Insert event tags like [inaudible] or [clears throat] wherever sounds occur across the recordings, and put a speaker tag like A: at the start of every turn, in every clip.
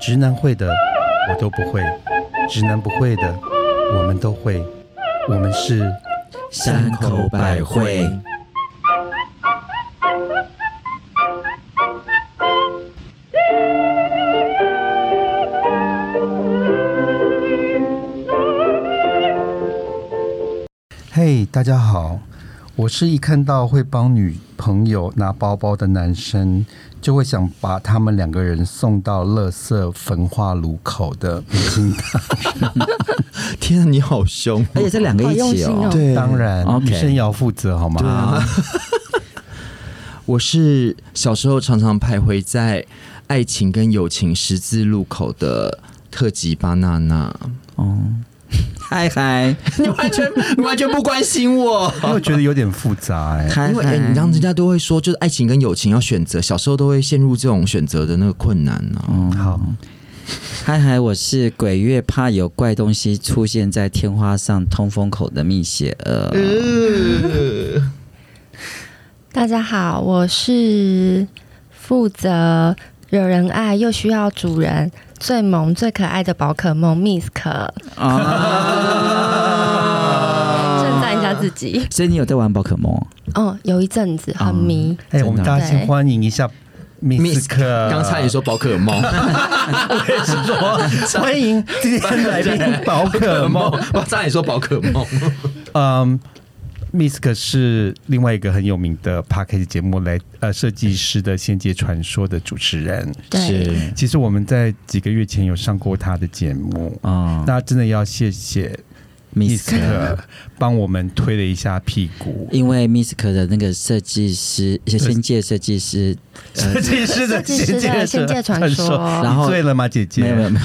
A: 直男会的我都不会，直男不会的我们都会，我们是
B: 山口百惠。
A: 嘿大家好，我是一看到会帮女朋友拿包包的男生，就会想把他们两个人送到垃圾焚化炉口的明星。
C: 天啊，你好凶！
B: 而且这两个一起
D: 好用心
B: 哦
D: 哦。
C: 对，
A: 当然，
B: OK
A: 女生也要负责好吗？
C: 对啊。我是小时候常常徘徊在爱情跟友情十字路口的特级巴娜娜，
B: 哦，嗨嗨
C: 你完全 [laughs] 你完全不关心我。
A: 因为我觉得有点复杂哎、
B: 嗨
C: 因为、哎，你知道
B: 嗨！
C: 人家都会说，就是爱情跟友情要选择，小时候都会陷入这种选择的那个困难呢、
A: [laughs] 好，
B: 嗨嗨！我是鬼月，怕有怪东西出现在天花上通风口的蜜雪呃
D: 嗯
B: 儿。
D: 大家好，我是负责惹人爱又需要主人、最萌最可爱的宝可梦 Misk，、称
A: 啊
D: 赞一下自己。
B: 所以你有在玩宝可梦？哦
D: 嗯，有一阵子很迷，
A: 哎、我们大家先欢迎一下 Miss 克。
C: 刚才你说宝可梦，
A: 说欢迎今天来 [laughs] 宾宝可梦，
C: 我差点说宝可梦。
A: 嗯。Miss 克是另外一个很有名的 p a c k a g e 节目来呃设计师的仙界传说的主持人。
D: 对，
A: 其实我们在几个月前有上过他的节目，
D: 嗯
B: 哦，
A: 那真的要谢谢
B: Miss
A: 克帮我们推了一下屁
D: [laughs]
A: 股。
B: 因为 Misk 的那个设计师，一些仙界设界设计师，
A: 设计师的
D: 呃设计师的仙界传说
B: 然后
A: 你醉了吗，姐姐？
B: 没有没有没 [laughs] 有，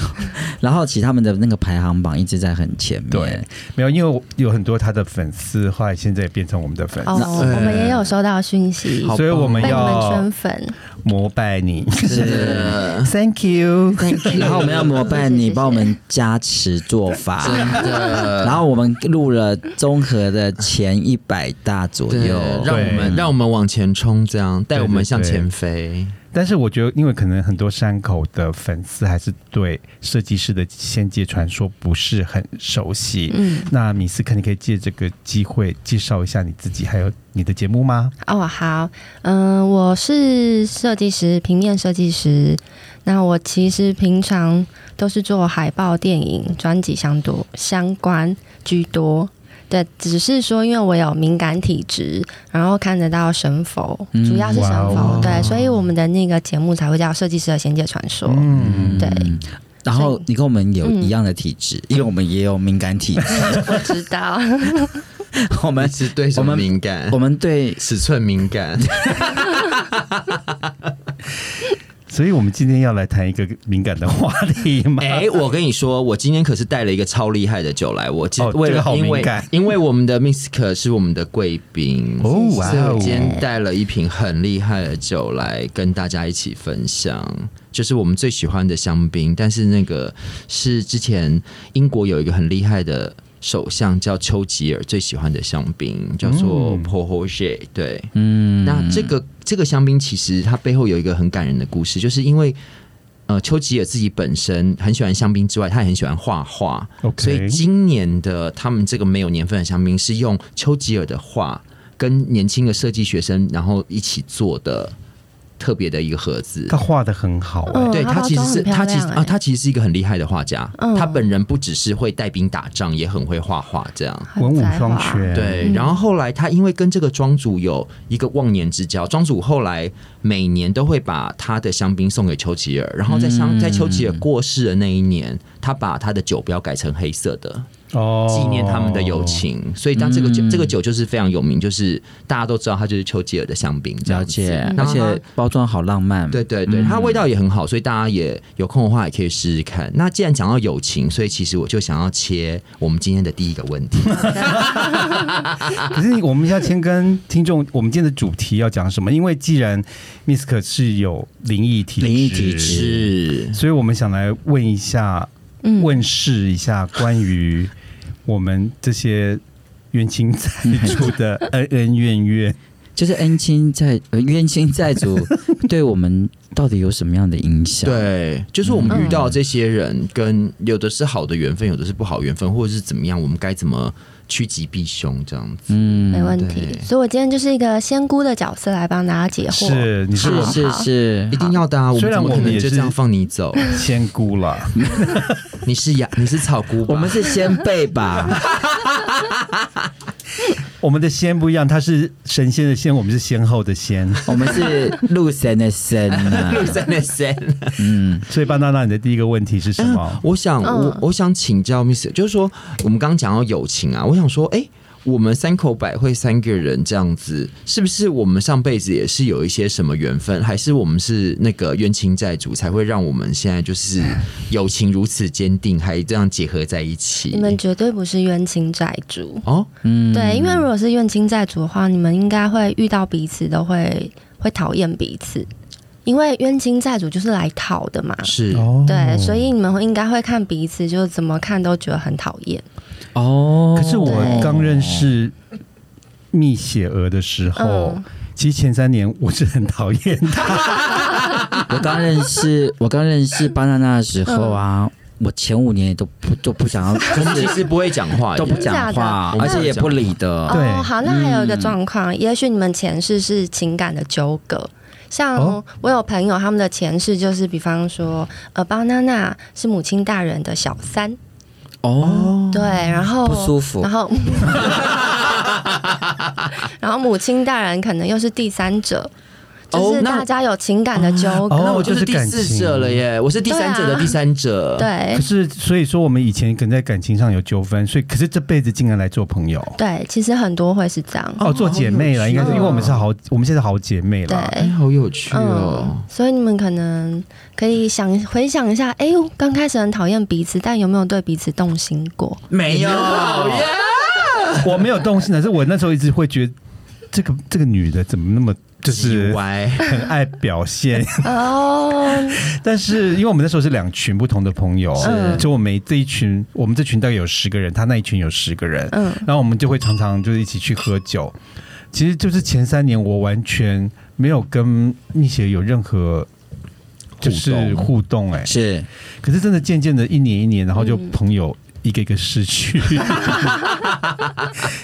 B: 然后其实他们的那个排行榜一直在很前面。
A: 对，没有，因为我有很多他的粉丝，后来现在也变成我们的粉丝，
D: 哦，我们也有收到讯息，
A: 呃所以我们
D: 被你们
A: 要
D: 圈粉，
A: 膜拜你。
B: 是。
A: [laughs] Thank you。
B: [laughs] 然后我们要膜拜
D: 谢谢
B: 你
D: 谢谢
B: 帮我们加持做法，
C: 的
B: 然后我们录了综合的前一百大左
C: 对
B: 右，，
C: 让我们让我们往前冲，这样带我们向前飞。
A: 但是我觉得，因为可能很多山口的粉丝还是对设计师的《仙界传说》不是很熟悉。
D: 嗯，
A: 那米斯克，你可以借这个机会介绍一下你自己，还有你的节目吗？
D: 哦，好，嗯、我是设计师，平面设计师。那我其实平常都是做海报、电影、专辑相多相关居多。对，只是说因为我有敏感体质，然后看得到神佛，
B: 嗯
D: 主要是神佛，
A: 哇哦
D: 对，所以我们的那个节目才会叫《设计师的仙界传说》。
A: 嗯，
D: 对，
B: 然后你跟我们有一样的体质，
C: 嗯
B: 因为我们也有敏感体
C: [laughs]
B: 质，
D: 我知道，
B: 我们
C: 是对什么敏感？
B: 我们对
C: 尺寸敏感，
A: 所以我们今天要来谈一个敏感的话题吗？
C: 哎、我跟你说，我今天可是带了一个超厉害的酒来，我今、
A: 哦
C: 为
A: 这
C: 了
A: 个好
C: 因
A: 敏
C: 为
A: 感
C: 因为我们的 Misk 是我们的贵宾
A: 哦哇
C: 所以
A: 哦
C: 我今天带了一瓶很厉害的酒来跟大家一起分享，就是我们最喜欢的香槟，但是那个是之前英国有一个很厉害的。首相叫丘吉尔最喜欢的香槟叫做 p o h o s e 对，
B: 嗯
C: 那这个这个香槟其实它背后有一个很感人的故事，就是因为呃丘吉尔自己本身很喜欢香槟之外，他也很喜欢画画
A: OK
C: 所以今年的他们这个没有年份的香槟是用丘吉尔的画跟年轻的设计学生然后一起做的特别的一个盒子
A: 他。画的很好、哎
D: 嗯
C: 对
D: 他
C: 他
D: 包
C: 其实
D: 装
C: 是
D: 很漂
C: 他其实
D: 亮
C: 啊，
D: 欸
C: 他其实是一个很厉害的画家。
D: 嗯
C: 他本人不只是会带兵打仗，也很会画画这样。
A: 文武
D: 很才
A: 双
D: 华
A: 全。，
C: 对，
D: 嗯
C: 然后后来他因为跟这个庄主有一个忘年之交，庄主后来每年都会把他的香槟送给丘吉尔，然后在香、在丘吉尔过世的那一年，他把他的酒标改成黑色的，
A: 哦，
C: 纪念他们的友。情。所以当这个酒、这个酒就是非常有名，就是大家都知道它就是丘吉尔的香槟这
B: 了
C: 样子，
B: 解，
C: 然
B: 而
C: 后它
B: 且包装好浪漫，
C: 对对对，它的味道也很好，所以大家也有空的话也可以试试看。那既然讲到友情，所以其实我就想要切我们今天的第一个问题。
A: 可是我们要先跟听众，我们今天的主题要讲什么？因为既然 Misk 是有灵异体质，
B: 灵异体质
C: 是，
A: 所以我们想来问一下，
D: 嗯
A: 问世一下关
D: [laughs]
A: 于
D: [laughs]
A: 我们这些冤亲债主的恩恩怨怨。
B: 就是恩亲在呃冤亲
C: [laughs]
B: 债主对我们到底有什么样的影响？，
C: 对，就是我们遇到这些人，跟有的是好的缘分，有的是不好缘分，或者是怎么样，我们该怎么趋吉避凶这样子。
B: 嗯，
D: 没问题
C: 对。
D: 所以我今天就是一个仙姑的角色来帮大家解惑。
A: 是你是
B: 是
A: 我
B: 是是
C: 一，定要的啊！我
A: 虽
C: 们
A: 然
C: 怎么可
A: 我们也
C: 能就是这样放你走？
A: 仙姑了，
D: [laughs]
C: 你是牙，你是草菇吧？
B: 我
C: [laughs]
B: 们是先辈吧？
A: 我们的仙不一样，他是神仙的仙，我们是仙后的仙。
B: 我们是路神的神
C: [laughs]
B: 啊， [laughs]
C: 陆三的三。
B: 嗯，
A: 所以巴娜娜，你的第一个问题是什么？
C: 我想，我
D: 嗯
C: 我想请教 Miss，就是说，我们刚刚讲到友情啊，我想说，哎、我们三口百惠三个人这样子，是不是我们上辈子也是有一些什么缘分，还是我们是那个冤亲债主，才会让我们现在就是友情如此坚定，还这样结合在一起？
D: 你们绝对不是冤亲债主，
C: 哦，
D: 对，因为如果是冤亲债主的话，你们应该会遇到彼此都会会讨厌彼此，因为冤亲债主就是来讨的嘛。
C: 是
A: 哦
D: 嗯对，所以你们会应该会看彼此，就怎么看都觉得很讨厌。
B: 哦，
A: 可是我刚认识蜜雪儿的时候，
D: 嗯
A: 其实前三年我是很讨厌她，
B: 我刚认识我刚认识巴娜娜的时候啊，我前五年也都不都不想要， [laughs]
C: 我们
B: 就
C: 其
B: 是
C: 实不会讲话耶，
B: 都不
D: 真
B: 讲
D: 的假
B: 话，
C: 的
B: 而且也不理的。
A: 对
D: 哦，好，那还有一个状况，也许你们前世是情感的纠葛。像
A: 哦
D: 我有朋友，他们的前世就是，比方说，呃，巴娜娜是母亲大人的小三，
B: 哦，
D: 对，然后
B: 不舒服
D: 然后， [laughs] 然后母亲大人可能又是第三者，就
C: 哦
D: 是
C: 那
D: 大家有情感的纠葛，
A: 哦
C: 那我
A: 就
C: 就
A: 是
C: 是第
A: 感
C: 四
A: 情
C: 者了耶，我是第三者
D: 对
C: 的
D: 啊
C: 第三者，
D: 对
A: 可是所以说我们以前可能在感情上有纠纷，所以可是这辈子竟然来做朋友。
D: 对，其实很多会是这样，
A: 哦，做姐妹了，应该是因为我们是好，我们现在好姐妹
D: 对。
A: 了。
C: 哎、好有趣哦
D: 嗯，，所以你们可能可以想回想一下，哎、呦，刚开始很讨厌彼此，但有没有对彼此动心过？
B: 没有，
C: 哎
A: 我没有动心，但是我那时候一直会觉得这个这个女的怎么那么就
C: 叽
A: 是
C: 歪。
A: 很爱表现， [laughs]
D: 哦，
A: 但是因为我们那时候是两群不同的朋友，就我们这一群，我们这群大概有十个人，他那一群有十个人，
D: 嗯
A: 然后我们就会常常就是一起去喝酒。其实就是前三年我完全没有跟蜜雪有任何就是互动、哎，
B: 是
A: 可是真的渐渐的一年一年，然后就朋友一个一个失 [laughs] 去，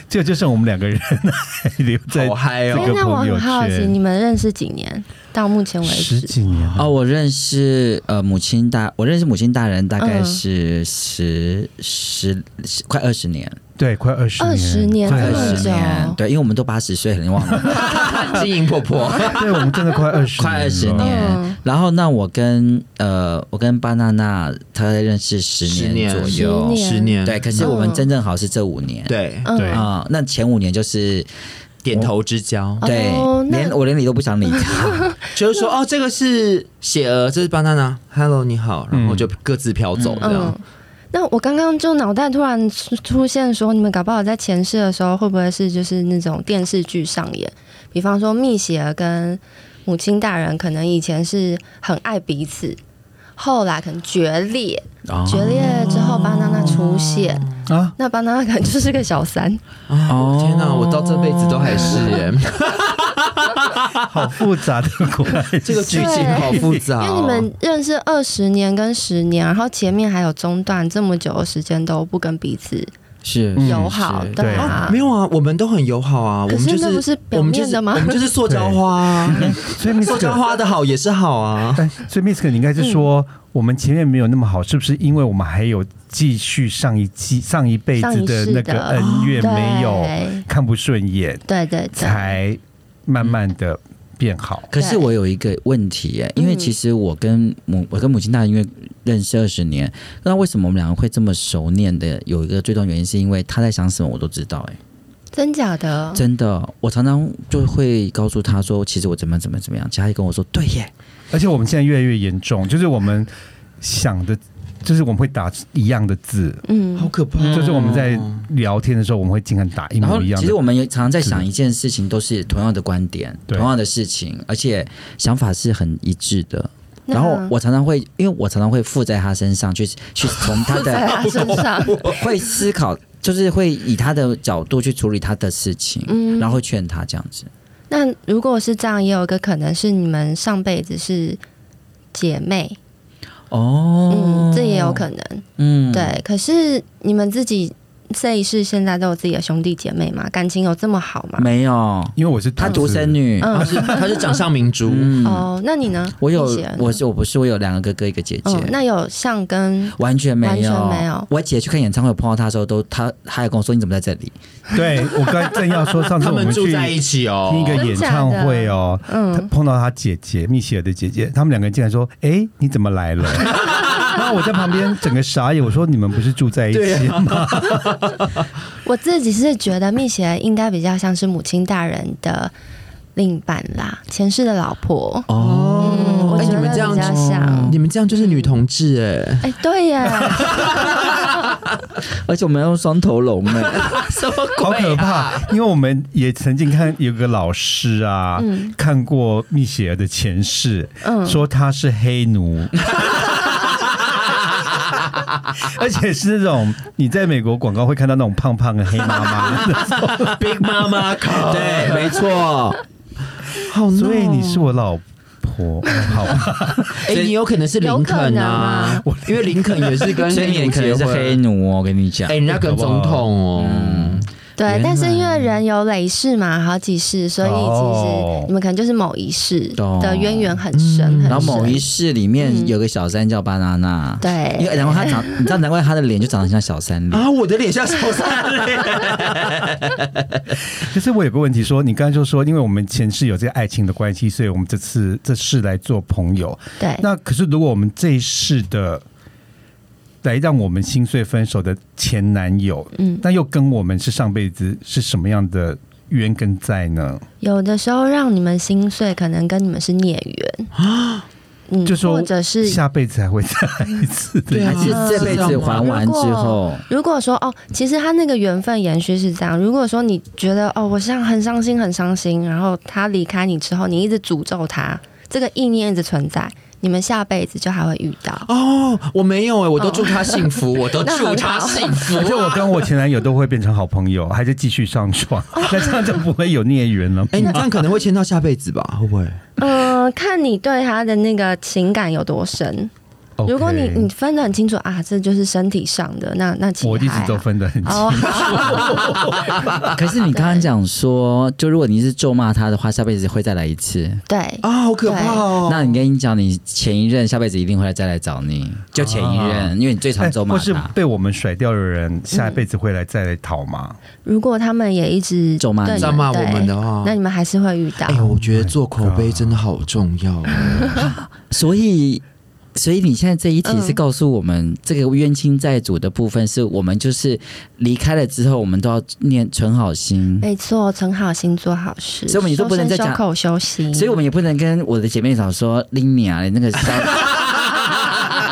A: 这、就剩我们两个人还留在
C: 好嗨哦
A: 这
D: 哎、
A: 个
D: 那我
A: 朋友
D: 很好奇，你
A: 圈。
D: 们认识几年？到目前为
A: 十
D: 止，
A: 几年了
B: 哦，我认识呃母亲大，我认识母亲大人大概
D: 嗯
B: 是十十十快二十年，
A: 对，快二十年，
D: 20年
A: 快
D: 这
B: 二
D: 么
A: 20
B: 十
D: 久
B: 年，对，因为我们都八 [laughs] 十岁了，你忘了，
C: 金银婆
D: [laughs]
C: 婆，
A: 对，我们真的快二十，
B: 快二十年。
D: 嗯
B: 然后那我跟呃我跟巴娜娜，她认识十年左右，
C: 十
D: 十
C: 年，
B: 对，可是我们真正好是这五年，
C: 对，
A: 对
D: 嗯，
B: 啊、那前五年就是
C: 点头之交，
D: 哦
B: 对，
D: 那
B: 连我连理都不想理他，
D: [laughs]
C: 就是说，哦，这个是雪儿，这是 banana，hello，你好，然后就各自飘走这样
D: 嗯。那我刚刚就脑袋突然出出现说，你们搞不好在前世的时候，会不会是就是那种电视剧上演？比方说蜜雪儿跟母亲大人，可能以前是很爱彼此，后来可能决裂，
C: 啊
B: 哦
D: 决裂之后巴娜娜出现，
A: 啊，
D: 那巴娜娜可能就是个小三，
C: 哦，天哪，我到这辈子都还是耶，
D: 哦
A: 好复杂的关系。
C: [laughs] 这个剧情好复
D: 因
C: 杂哦。
D: 为你们认识二十年跟十年，然后前面还有中断这么久的时间都不跟彼此
B: 是
A: 嗯
D: 友好，
B: 是
D: 对
A: 对
D: 啊
C: 哦，没。有啊，我们都很友好啊，我
D: 可
C: 们
D: 是
C: 就
D: 那不是表
C: 我们就
D: 面
C: 是
D: 的吗
C: 我们就是塑胶花啊，
A: [laughs] 所以 Miss
C: [laughs] 塑胶
A: K，
C: 花的好也是好啊。
A: 哎，所以 Miss K，你应该是说、我们前面没有那么好，是不是因为我们还有继续上一季、上一辈子的哦那个恩怨
D: 上一世的
A: 没有
D: 对
A: 看不顺眼，
D: 对对对，
A: 才慢慢的变好？
B: 可是我有一个问题耶，因为其实我跟母我跟母亲大人因为认识二十年，那为什么我们两个会这么熟念的？有一个最重要原因是因为他在想什么我都知道，哎，
D: 真假的，
B: 真的，我常常就会告诉他说，其实我怎么怎么怎么样，其实他就跟我说，对耶，
A: 而且我们现在越来越严重，就是我们想的，就是我们会打一样的字，
D: 嗯，
C: 好可怕哦！
A: 就是我们在聊天的时候，我们会经常打一
B: 然后
A: 模一样
B: 其
A: 的
B: 实我们也常常在想一件事情，都是同样的观点，
A: 对
B: 同样的事情，而且想法是很一致的。
D: 那嗯
B: 然后我常常会，因为我常常会附在他身上去
D: [laughs]
B: 去从他
D: 在
B: 的 [laughs]
D: 他身上，
B: 会思考，就是会以他的角度去处理他的事情，
D: 嗯
B: 然后会劝他这样子。
D: 那如果是这样，也有一个可能是你们上辈子是姐妹，
B: 哦
D: 嗯，，这也有可能。
B: 嗯，
D: 对，可是你们自己这一世现在都有自己的兄弟姐妹吗？感情有这么好吗？
B: 没有，
A: 因为我是
B: 她
A: 独
B: 独
A: 子
B: 生女，
D: 嗯
C: 他，是他是掌上明珠，
B: 嗯，
D: 哦，那你呢？
B: 我有
D: 一姐，
B: 我是我不是我有两个哥哥一个姐姐，
D: 哦，那有像
B: [laughs]
D: 跟
B: 完全没有，
D: 完全没有
B: 我姐去看演唱会，我碰到她的时候都，她她还跟我说：“你怎么在这里
A: 对我刚才正要说，上次
C: [laughs] 他
A: 我
C: 们
A: 去
C: 住在一起哦。
A: 听一个演唱会哦，他
D: 嗯，
A: 碰到他姐姐密歇尔的姐姐，他们两个人进来说：“哎、你怎么来了？” [laughs] 然后我在旁边整个傻眼，我说：“你们不是住在一起吗？”
D: 我自己是觉得蜜雪儿应该比较像是母亲大人的另一半啦，前世的老婆？”。
B: 哦，
D: 嗯，我
C: 哎
D: 觉
C: 你
D: 得
C: 们这样
D: 比较
C: 子
D: 像。
C: 你们这样就是女同志
D: [laughs]
C: 哎、
D: 哎，
B: [laughs]
D: 对耶，
B: 而且我们要用双头龙呢，
C: 什么
D: 啊
A: 好可怕！因为我们也曾经看有个老师啊，
D: 嗯
A: 看过蜜雪儿的前世，
D: 嗯，
A: 说她是黑
C: [laughs]
A: 奴。而且是那种你在美国广告会看到那种胖胖的黑妈妈，
C: ！Big Mama 卡，
B: 对，没错，
C: [laughs] 好闹哦，
A: 所以你是我老
C: [laughs]
A: 婆，好吧
C: 哎、你有可能是林肯啊，因为林肯也是跟
B: [laughs] 所以
C: 黑
B: 你
C: 奴
B: 可能
C: 结
B: 是
C: 婚
B: 黑奴哦，我跟你讲，
C: 哎、人家跟总统哦，
D: 对
B: 嗯
C: 原，
D: 但是因
C: 来
D: 为人有累世嘛，好几世，所以其
A: 哦
D: 实你们可能就是某一世
B: 懂
D: 的渊源很深，很深。嗯
B: 然后某一世里面有个小三叫巴娜娜，因为
D: 对，
B: 然后她长，你知道，难怪她的脸就长得像小三脸。
C: 啊，我的脸像小三啊嘞，
A: 可是我有个问题说，你刚才就说，因为我们前世有这个爱情的关系，所以我们这次这世来做朋友。
D: 对，
A: 那可是如果我们这一世的来让我们心碎分手的前男友，
D: 嗯，
A: 那又跟我们是上辈子是什么样的冤跟债呢？
D: 有的时候让你们心碎，可能跟你们是孽缘，嗯，
A: 就说
D: 或者是
A: 下辈子还会再来一次
D: [laughs]
A: 的。
C: 对啊
B: 还是这辈子还完之后，
D: 如果说哦，其实他那个缘分延续是这样。如果说你觉得哦，我像很伤心，很伤心，然后他离开你之后，你一直诅咒他，这个意念一直存在，你们下辈子就还会遇到。
C: 哦，我没有哎、我都祝他幸福，
D: 哦
C: 我都祝他幸福。哦
A: 而且我跟我前男友都会变成好朋友，还是继续上床，
D: 哦
A: 那这样就不会有孽缘了。
C: 哎、你这样可能会牵到下辈子吧？会不
D: [laughs]
C: 会？
D: 嗯、看你对他的那个情感有多深。
A: OK
D: 如果你你分得很清楚啊，这就是身体上的，那那其
A: 我一
D: 实还
A: 直
D: 好
A: 都分得很清。
D: 哦，好
B: 可是你刚刚讲说，就如果你是咒骂她的话，下辈子会再来一次。
D: 对，
C: 啊，好可怕哦！
B: 那你跟你讲，你前一任下辈子一定会再来找你，就前一任，因为你最常
A: 哎
B: 咒骂
A: 或是
B: 他，
A: 被我们甩掉的人，下辈子会来再来讨吗？
D: 如果他们也一直
B: 咒骂你
D: 对
B: 咒
C: 骂我
D: 对
C: 们的话
D: 那你们还是会遇到。
C: 哎、我觉
B: Oh
C: 得做口碑真的好重要、哦。
B: 所以。所以你现在这一题是
D: 嗯
B: 告诉我们，这个冤亲债主的部分，是我们就是离开了之后，我们都要念存好心。
D: 没错，存好心，做好事，
B: 所以我们也都不能再
D: 修身
B: 讲
D: 修口修心。
B: 所以我们也不能跟我的姐妹嫂说拎你啊，那个小
D: [laughs]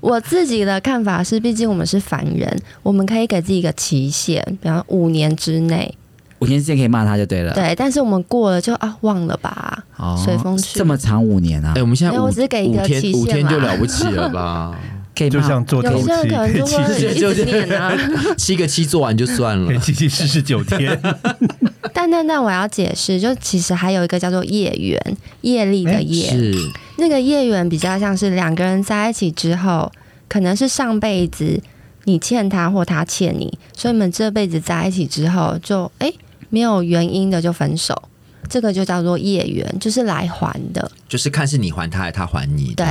D: 我自己的看法是，毕竟我们是凡人，我们可以给自己一个期限，比方五年之内，
B: 五年之前可以骂她就对了。，
D: 对。但是我们过了就啊，忘了吧，
B: 哦
D: 随风去
B: 这么长五年啊
C: 哎、，我们现在
D: 没有
C: 五
D: 我只是给一
C: 五
D: 个期
C: 天
D: 限
C: 五天就
D: 啦
C: 了不起了
D: [laughs]
C: 吧？
B: 可以骂
A: 就像做头
D: 有些人
A: 七，
D: 可
A: 可
D: 能
A: 以
D: 就
A: 七
D: 会
A: 十，
D: [laughs] 一直念啊。
C: [laughs] 七个七做完就算了
D: [laughs]
A: 可以。七七四十九天。
D: 但但但我要解释，就其实还有一个叫做业缘，业力的
B: 哎
D: 业，
C: 是
D: 那个业缘比较像是两个人在一起之后，可能是上辈子你欠他或他欠你，所以你们这辈子在一起之后就哎、诶没有原因的就分手，这个就叫做业缘，就是来还的。
C: 就是看是你还他，还是他还你。
D: 对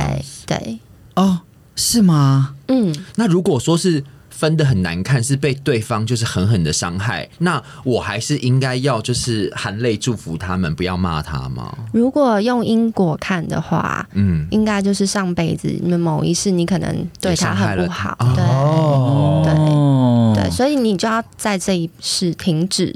D: 对，
B: 哦，是吗？
D: 嗯，
C: 那如果说是分的很难看，是被对方就是狠狠的伤害，那我还是应该要就是含泪祝福他们，不要骂他吗？
D: 如果用因果看的话，
C: 嗯，
D: 应该就是上辈子你们某一世你可能对他很不好，
C: 也伤害
D: 对、
A: 哦，
B: 哦
D: 对，所以你就要在这一世停止，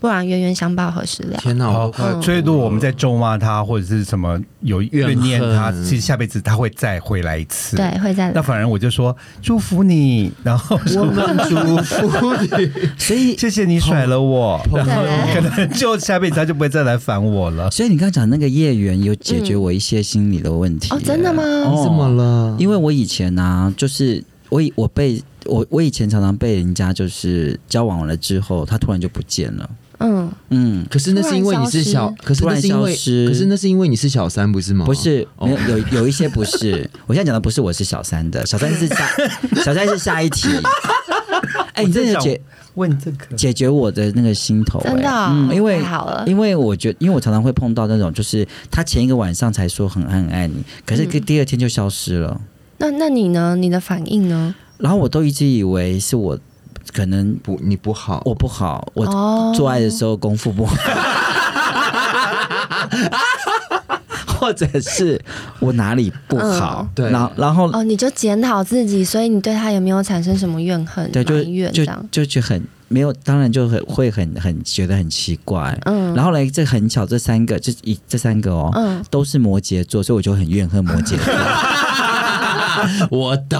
D: 不然冤冤相报何时了？
C: 天哪，我都快
A: 好，嗯所以如果我们在咒骂他或者是什么有怨念他，其实下辈子他会再回来一次。
D: 对，，会在
A: 那反而我就说祝福你，然后 [laughs]
C: 我
A: 说
C: 们祝福你。
B: 所以
A: 谢谢你甩了我，然后
D: 对
A: 可能就下辈子他就不会再来烦我了。
B: 所以你刚刚讲那个业缘有解决我一些心
D: 嗯
B: 理的问题、
D: 哦哦，真的吗？
B: 哦
C: 了？
B: 因为我以前呢、啊，就是我以我被我我以前常常被人家就是交往完了之后，他突然就不见了。
D: 嗯，
B: 嗯，
C: 可是那是因为你是小，可是
B: 突然
C: 那是因为，
B: 消失
C: 可是那是因为你是小三，不是吗？
B: 不是，没有有有一些不是。我现在讲的不是我是小三的，小三是下小三是下一题。哎、你真的解
A: 问这个
B: 解决我的那个心头、哎
D: 真的哦
B: 嗯，因为
D: 太好了
B: 因为我觉因为我常常会碰到那种，就是他前一个晚上才说很爱很爱你，可是
D: 嗯
B: 第二天就消失了。
D: 那那你呢？你的反应呢？
B: 然后我都一直以为是我可能
C: 不，你不好，
B: 我不好，我
D: 哦
B: 做爱的时候功夫
D: [laughs]
B: 不好， [laughs] 或者是我哪里不好，
C: 嗯对
B: 然后然后
D: 哦，你就检讨自己，所以你对他有没有产生什么怨恨、
B: 对，就
D: 埋怨
B: 就
D: 这样？
B: 就就很没有，当然就很会很很觉得很奇怪。
D: 嗯，
B: 然后嘞，这很巧，这三个这一这三个哦，
D: 嗯
B: 都是摩羯座，所以我就很怨恨摩羯座。
D: [laughs]
C: 我懂，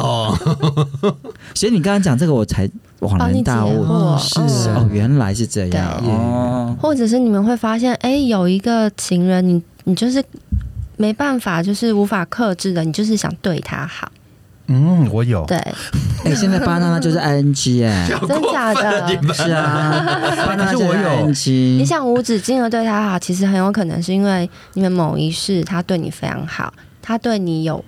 B: 所以你刚刚讲这个，我才恍
D: 帮
B: 然
D: 你解
B: 大悟，
D: 惑，
A: 是
D: 嗯
B: 哦，原来是这样
C: 对
B: 哦。
D: 或者是你们会发现，哎、有一个情人，你你就是没办法，就是无法克制的，你就是想对他好，
A: 嗯，我有
D: 对，
B: 哎、现在巴娜娜就是 ING 哎、
A: [laughs]
D: 真假的？
B: 是啊，巴娜
A: 可
B: 娜
A: 是
B: 就是
A: 我有
B: ING。
D: 你想无止境的对他好，其实很有可能是因为你们某一世他对你非常好，他对你有，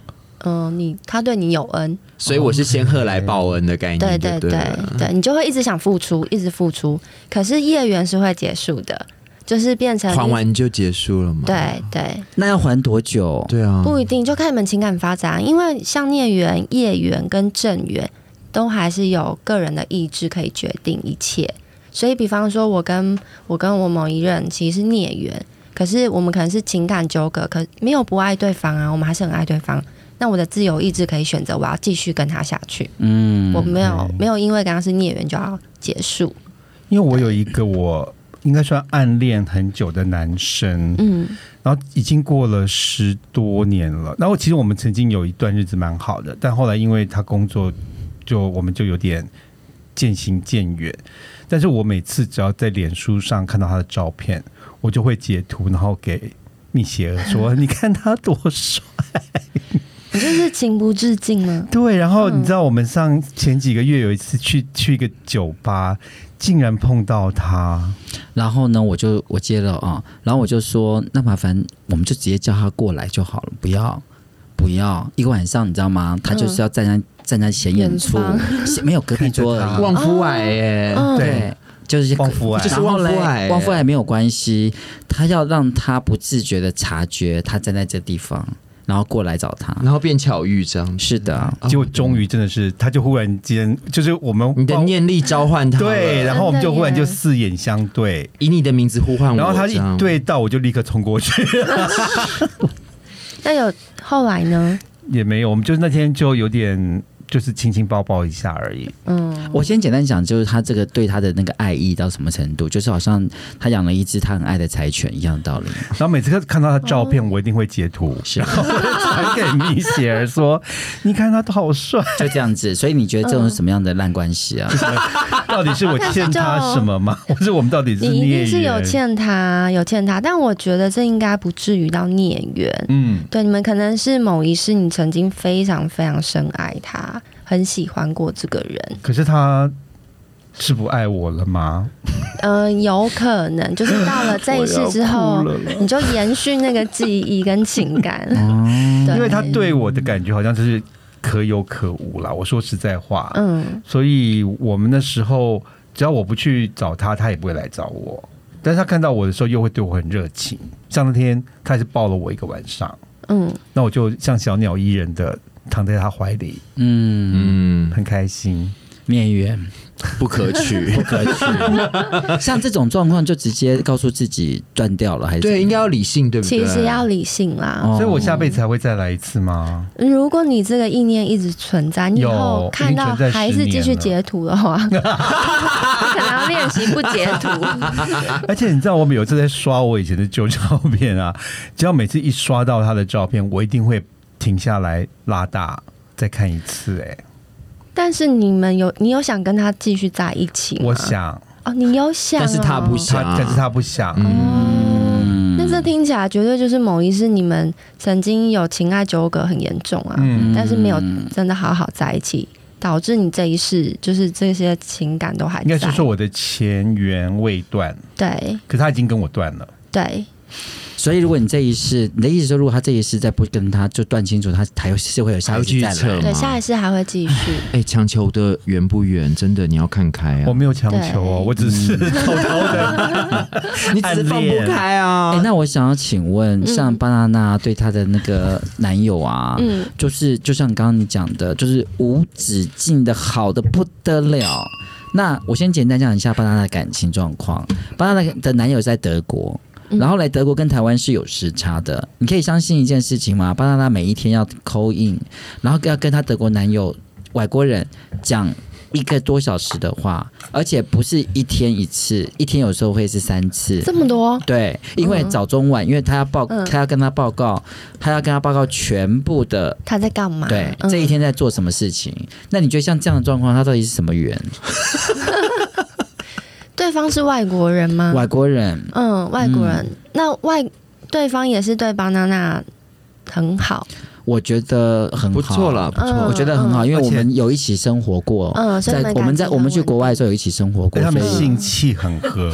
D: 嗯、你他对你有恩，
C: 所以我是先喝来报恩的概念，
D: 哦对
C: 对
D: 对对
C: 了
D: 对，你就会一直想付出，一直付出，可是业缘是会结束的，就是变成
C: 还完就结束了吗？
D: 对对，
B: 那要还多久？
C: 对啊，
D: 不一定，就看你们情感发展，啊因为像孽缘、业缘跟正缘，都还是有个人的意志可以决定一切。所以，比方说，我跟我跟我某一任其实是孽缘，可是我们可能是情感纠葛，可没有不爱对方啊，我们还是很爱对方。那我的自由意志可以选择我要继续跟他下去，
B: 嗯
D: 我没有
A: 对
D: 没有因为跟他是孽缘就要结束。
A: 因为我有一个我应该算暗恋很久的男生，
D: 嗯
A: 然后已经过了十多年了。然后其实我们曾经有一段日子蛮好的，但后来因为他工作就，我们就有点渐行渐远。但是我每次只要在脸书上看到他的照片，我就会截图，然后给蜜雪儿说：“你看他多帅。
D: 你就是情不自禁吗”？
A: [laughs] 对，然后嗯你知道我们上前几个月有一次去去一个酒吧，竟然碰到他。
B: 然后呢，我就我接了啊、然后我就说，那麻烦我们就直接叫他过来就好了，不要不要一个晚上，你知道吗？他就是要站在、站在显眼处
D: 远，
B: [laughs] 没有隔壁桌
A: 看着
B: 而
A: 他
C: [laughs]
B: 已。
C: 旺夫癌耶，
D: 嗯，
B: 对，就是
A: 旺夫癌
C: 就是
B: 然后嘞
C: 旺夫癌
B: 旺夫癌没有关系，他要让他不自觉的察觉他站在这地方，然后过来找他。
C: 然后变巧遇这样子，
B: 是的，
A: 结果终于真的是，他就忽然间就是我们
C: 嗯你的
D: 哦
C: 念力召唤他了，
A: 对，然后我们就忽然就四眼相对，
C: 以你的名字呼嗯唤我，
A: 然后他
C: 这样
A: 一，对到，我就立刻冲过去， [laughs]
D: 那有后来呢？
A: 也没有，我们就是那天就有点就是亲亲抱抱一下而已。
D: 嗯，
B: 我先简单讲，就是他这个对他的那个爱意到什么程度，就是好像他养了一只他很爱的柴犬一样的道理。
A: 然后每次看到他照
D: 哦
A: 片，我一定会截图，
B: 是
A: 然后传给蜜雪儿
C: [laughs]
A: 说：“你看他都好帅，
B: 就这样子，所以你觉得这种是什么样的烂关系啊？
A: 到底是我欠他什么吗？或者我们到底是
D: 你一
A: 孽
D: 定
A: 缘？”
D: 是有，欠他，有欠他，但我觉得这应该不至于到孽缘。
A: 嗯，
D: 对，你们可能是某一世，你曾经非常非常深爱他，很喜欢过这个人。
A: 可是他。是不爱我了吗？
D: 嗯、有可能就是到了这一世之后
A: 我要哭，
D: 你就延续那个记忆跟情感。对，
A: 哦因为他对我的感觉好像就是可有可无啦。我说实在话，
D: 嗯
A: 所以我们那时候只要我不去找他，他也不会来找我。但是他看到我的时候，又会对我很热情。像那天，他也是抱了我一个晚上，
D: 嗯，
A: 那我就像小鸟依人的躺在他怀里，
B: [laughs] 嗯，
C: 嗯，
A: 很开心。
B: 孽缘
C: 不可
A: [laughs]
C: 取，不可取，
B: 像这种状况，就直接告诉自己断掉了，还是
C: 对，应该要理性，对不对？
D: 其实要理性啦。
B: 哦
A: 所以我下辈子还会再来一次吗？
D: 如果你这个意念一直存在，你以后
A: 有
D: 看
A: 已
D: 到
A: 经存在
D: 还
A: 10
D: 是
A: 年
D: 继续
A: 了
D: 截图的话， [laughs] 你可能要练习不截
A: [laughs]
D: 图。
A: 而且你知道，我们有一次在刷我以前的旧照片啊，只要每次一刷到他的照片，我一定会停下来拉大再看一次、欸。
D: 但是你们有，你有想跟他继续在一起吗？
A: 我想
D: 哦，你有想、哦，
C: 但是他不想啊嗯
A: 他，但是他不想。
D: 哦。那这听起来绝对就是某一世你们曾经有情爱纠葛很严重啊，
A: 嗯
D: 但是没有真的好好在一起，导致你这一世就是这些情感都还在。
A: 应该是说我的前缘未断，
D: 对
A: 可是他已经跟我断了。
D: 对
B: 所以如果你这一世，你的意思说，如果他这一世再不跟他就断清楚，他还是会有下
C: 还会
B: 一世再
C: 继续
B: 来
C: 扯。
D: 对，
C: 吗
D: 下一世还会继续。
C: 哎、强求的远不远？真的你要看开
A: 我
C: 啊，
A: 没有强求哦，
D: 对
A: 我只是偷偷的。
C: 嗯 [laughs] 你只是放不开啊。
B: 哎、那我想要请问，像巴娜娜对她的那个男友啊，
D: 嗯，
B: 就是就像刚刚你讲的，就是无止境的好的不得了。那我先简单讲一下巴娜娜的感情状况。巴娜娜的男友在德国。
D: 嗯
B: 然后来德国跟台湾是有时差的，你可以相信一件事情吗？巴娜娜每一天要 call in，然后要跟她德国男友外国人讲一个多小时的话，而且不是一天一次，一天有时候会是三次。
D: 这么多，
B: 对，因为
D: 嗯
B: 早中晚，因为他要报，
D: 嗯
B: 他要跟他报告，他要跟他报告全部的，
D: 他在干嘛？
B: 对，
D: 嗯
B: 这一天在做什么事情。那你觉得像这样的状况，他到底是什么缘？
D: 对方是外国人吗？
B: 外国人，
D: 嗯，外国人。那外对方也是对巴娜娜很好，
B: 我觉得很好，
C: 不错了，，不错。。
D: 嗯
B: 我觉得很好，因为
E: 而
B: 我
E: 且
B: 们有一起生活过。
D: 嗯，所
B: 在
D: 以你
B: 我
D: 感
B: 们在
D: 情
B: 我们
D: 很
B: 去
D: 稳
B: 国外的时候有一起生活过
A: 哎对，他们
B: 所以
A: 性气很合，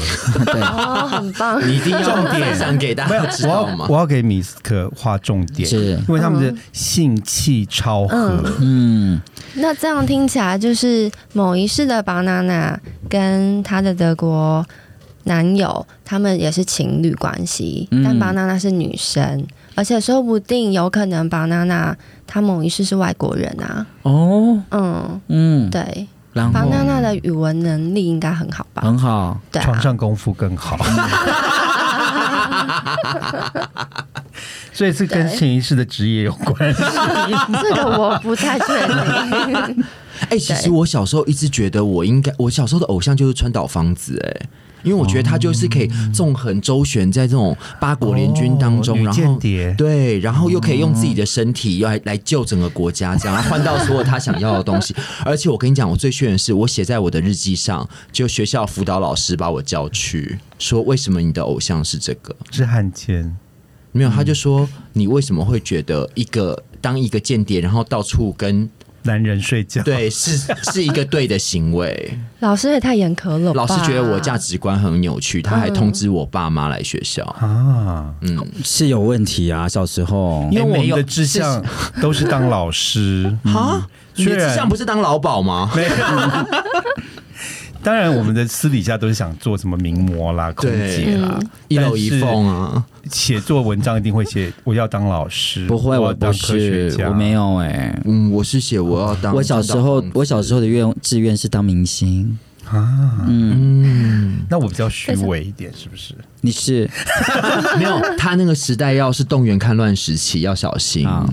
B: 对， [laughs]
D: 哦，很棒
C: [laughs] 你一定要
A: 重点
C: 分享给大
A: 没有
C: 家知，
A: 我
C: 道
A: 要
C: 吗
E: 我？要给米斯克划重点，
B: 是
E: 因为他们
D: 嗯
E: 的性气超合，
B: 嗯，
D: 那这样听起来就是某一世的巴娜娜跟她的德国男友，他们也是情侣关系，
B: 嗯
D: 但巴娜娜是女生，而且说不定有可能巴娜娜她某一世是外国人啊。
B: 哦，
D: 嗯，
B: 嗯，
D: 对，
B: 然
D: 巴
B: 后
D: 娜娜的语文能力应该很好吧？
B: 很好，
D: 对
E: 床
D: 啊，
E: 上功夫更
D: [laughs]
E: 好。所以是跟
D: 对
E: 潜意识的职业有关
C: [laughs]
E: 系。
D: 这个我不太确定。
C: 哎、其实我小时候一直觉得我应该，我小时候的偶像就是川岛芳子、哎。因为我觉得他就是可以纵横周旋在这种八国联军当中，
E: 哦女
C: 然后
E: 间谍
C: 对，然后又可以用自己的身体要来来救整个国家，这样换到所有他想要的
E: [laughs]
C: 东西。而且我跟你讲，我最炫的是，我写在我的日记上，就学校辅导老师把我叫去说，为什么你的偶像是这个？
E: 是汉奸，
C: 没有，他就说你为什么会觉得一个当一个间谍，然后到处跟
E: 男人睡觉。
C: 对是 [laughs] 是一个对的行为？
D: 老师也太严苛了吧？
C: 老师觉得我价值观很扭曲，他还通知我爸妈来学校。
E: 啊，
B: 是有问题啊，小时候
E: 因为我
C: 没
E: 们
C: 有
E: 的志向 [laughs] 都是当老师，
B: [laughs]
C: 啊，你
E: 虽
C: 的
E: 然
C: 志向不是当劳保吗？
E: 没有。当然，我们的私底下都是想做什么名模啦、空姐啦，
A: 嗯
C: 一楼一凤啊，
E: 写作文章一定会写我要当老师，
B: 不会，
E: 我
B: 我
E: 要当
B: 不
E: 科学
B: 是，
E: 家，
B: 我没有哎，
C: 嗯，我是写我要当。
B: 我小时候，我小时
C: 候，
B: 候的愿志愿是当明星。
E: 啊。
C: 嗯，
E: 那我比较虚伪一点，是不是？
B: 你是
C: 没有，他那个时代要是动员戡乱时期，要小心
B: 啊。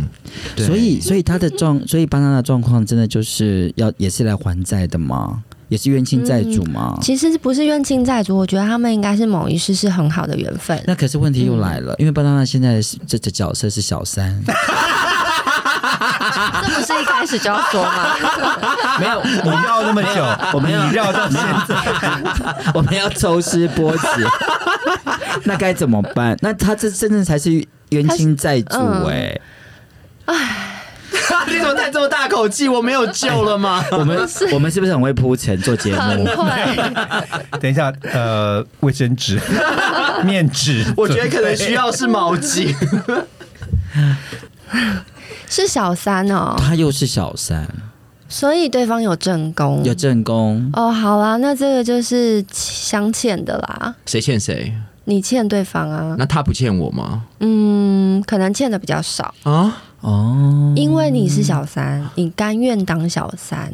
C: 对
B: 所以所以他的状，所以巴娜的状况真的就是要也是来还债的吗？也是冤亲债主吗？
D: 嗯其实不是冤亲债主，我觉得他们应该是某一世是很好的缘
C: [laughs]
D: 分。
B: 那可是问题又来了，因为巴娜娜现在是这这角色是小三，
D: 这不是一开始就要
C: [laughs]
D: 说吗？
B: [laughs] 没有，
E: 你绕那么久，我们绕到现
B: [laughs]
E: 在，
B: 我们要抽丝剥茧，那该怎么办？那他这真的才是冤亲债主
D: 嗯
B: 哎、
C: 你怎么叹这么大口气？我没有救了吗？
B: 我们我们是不是很会铺陈做节
D: 很
B: 目？
D: 会，
E: 等一下，呃，卫生
B: [laughs]
E: 纸、面纸，
C: 我觉得可能需要是毛巾。
D: 是小三哦，
B: 他又是小三，
D: 所以对方有正宫
B: 有。正宫，
D: 哦，好啦，那这个就是相欠的啦，
C: 谁欠谁？
D: 你欠对方啊，
C: 那他不欠我吗？
D: 嗯，可能欠的比较少，
C: 啊，
D: 因为你是小
C: 嗯
D: 三，你甘愿当小
C: [gasps]
D: 三，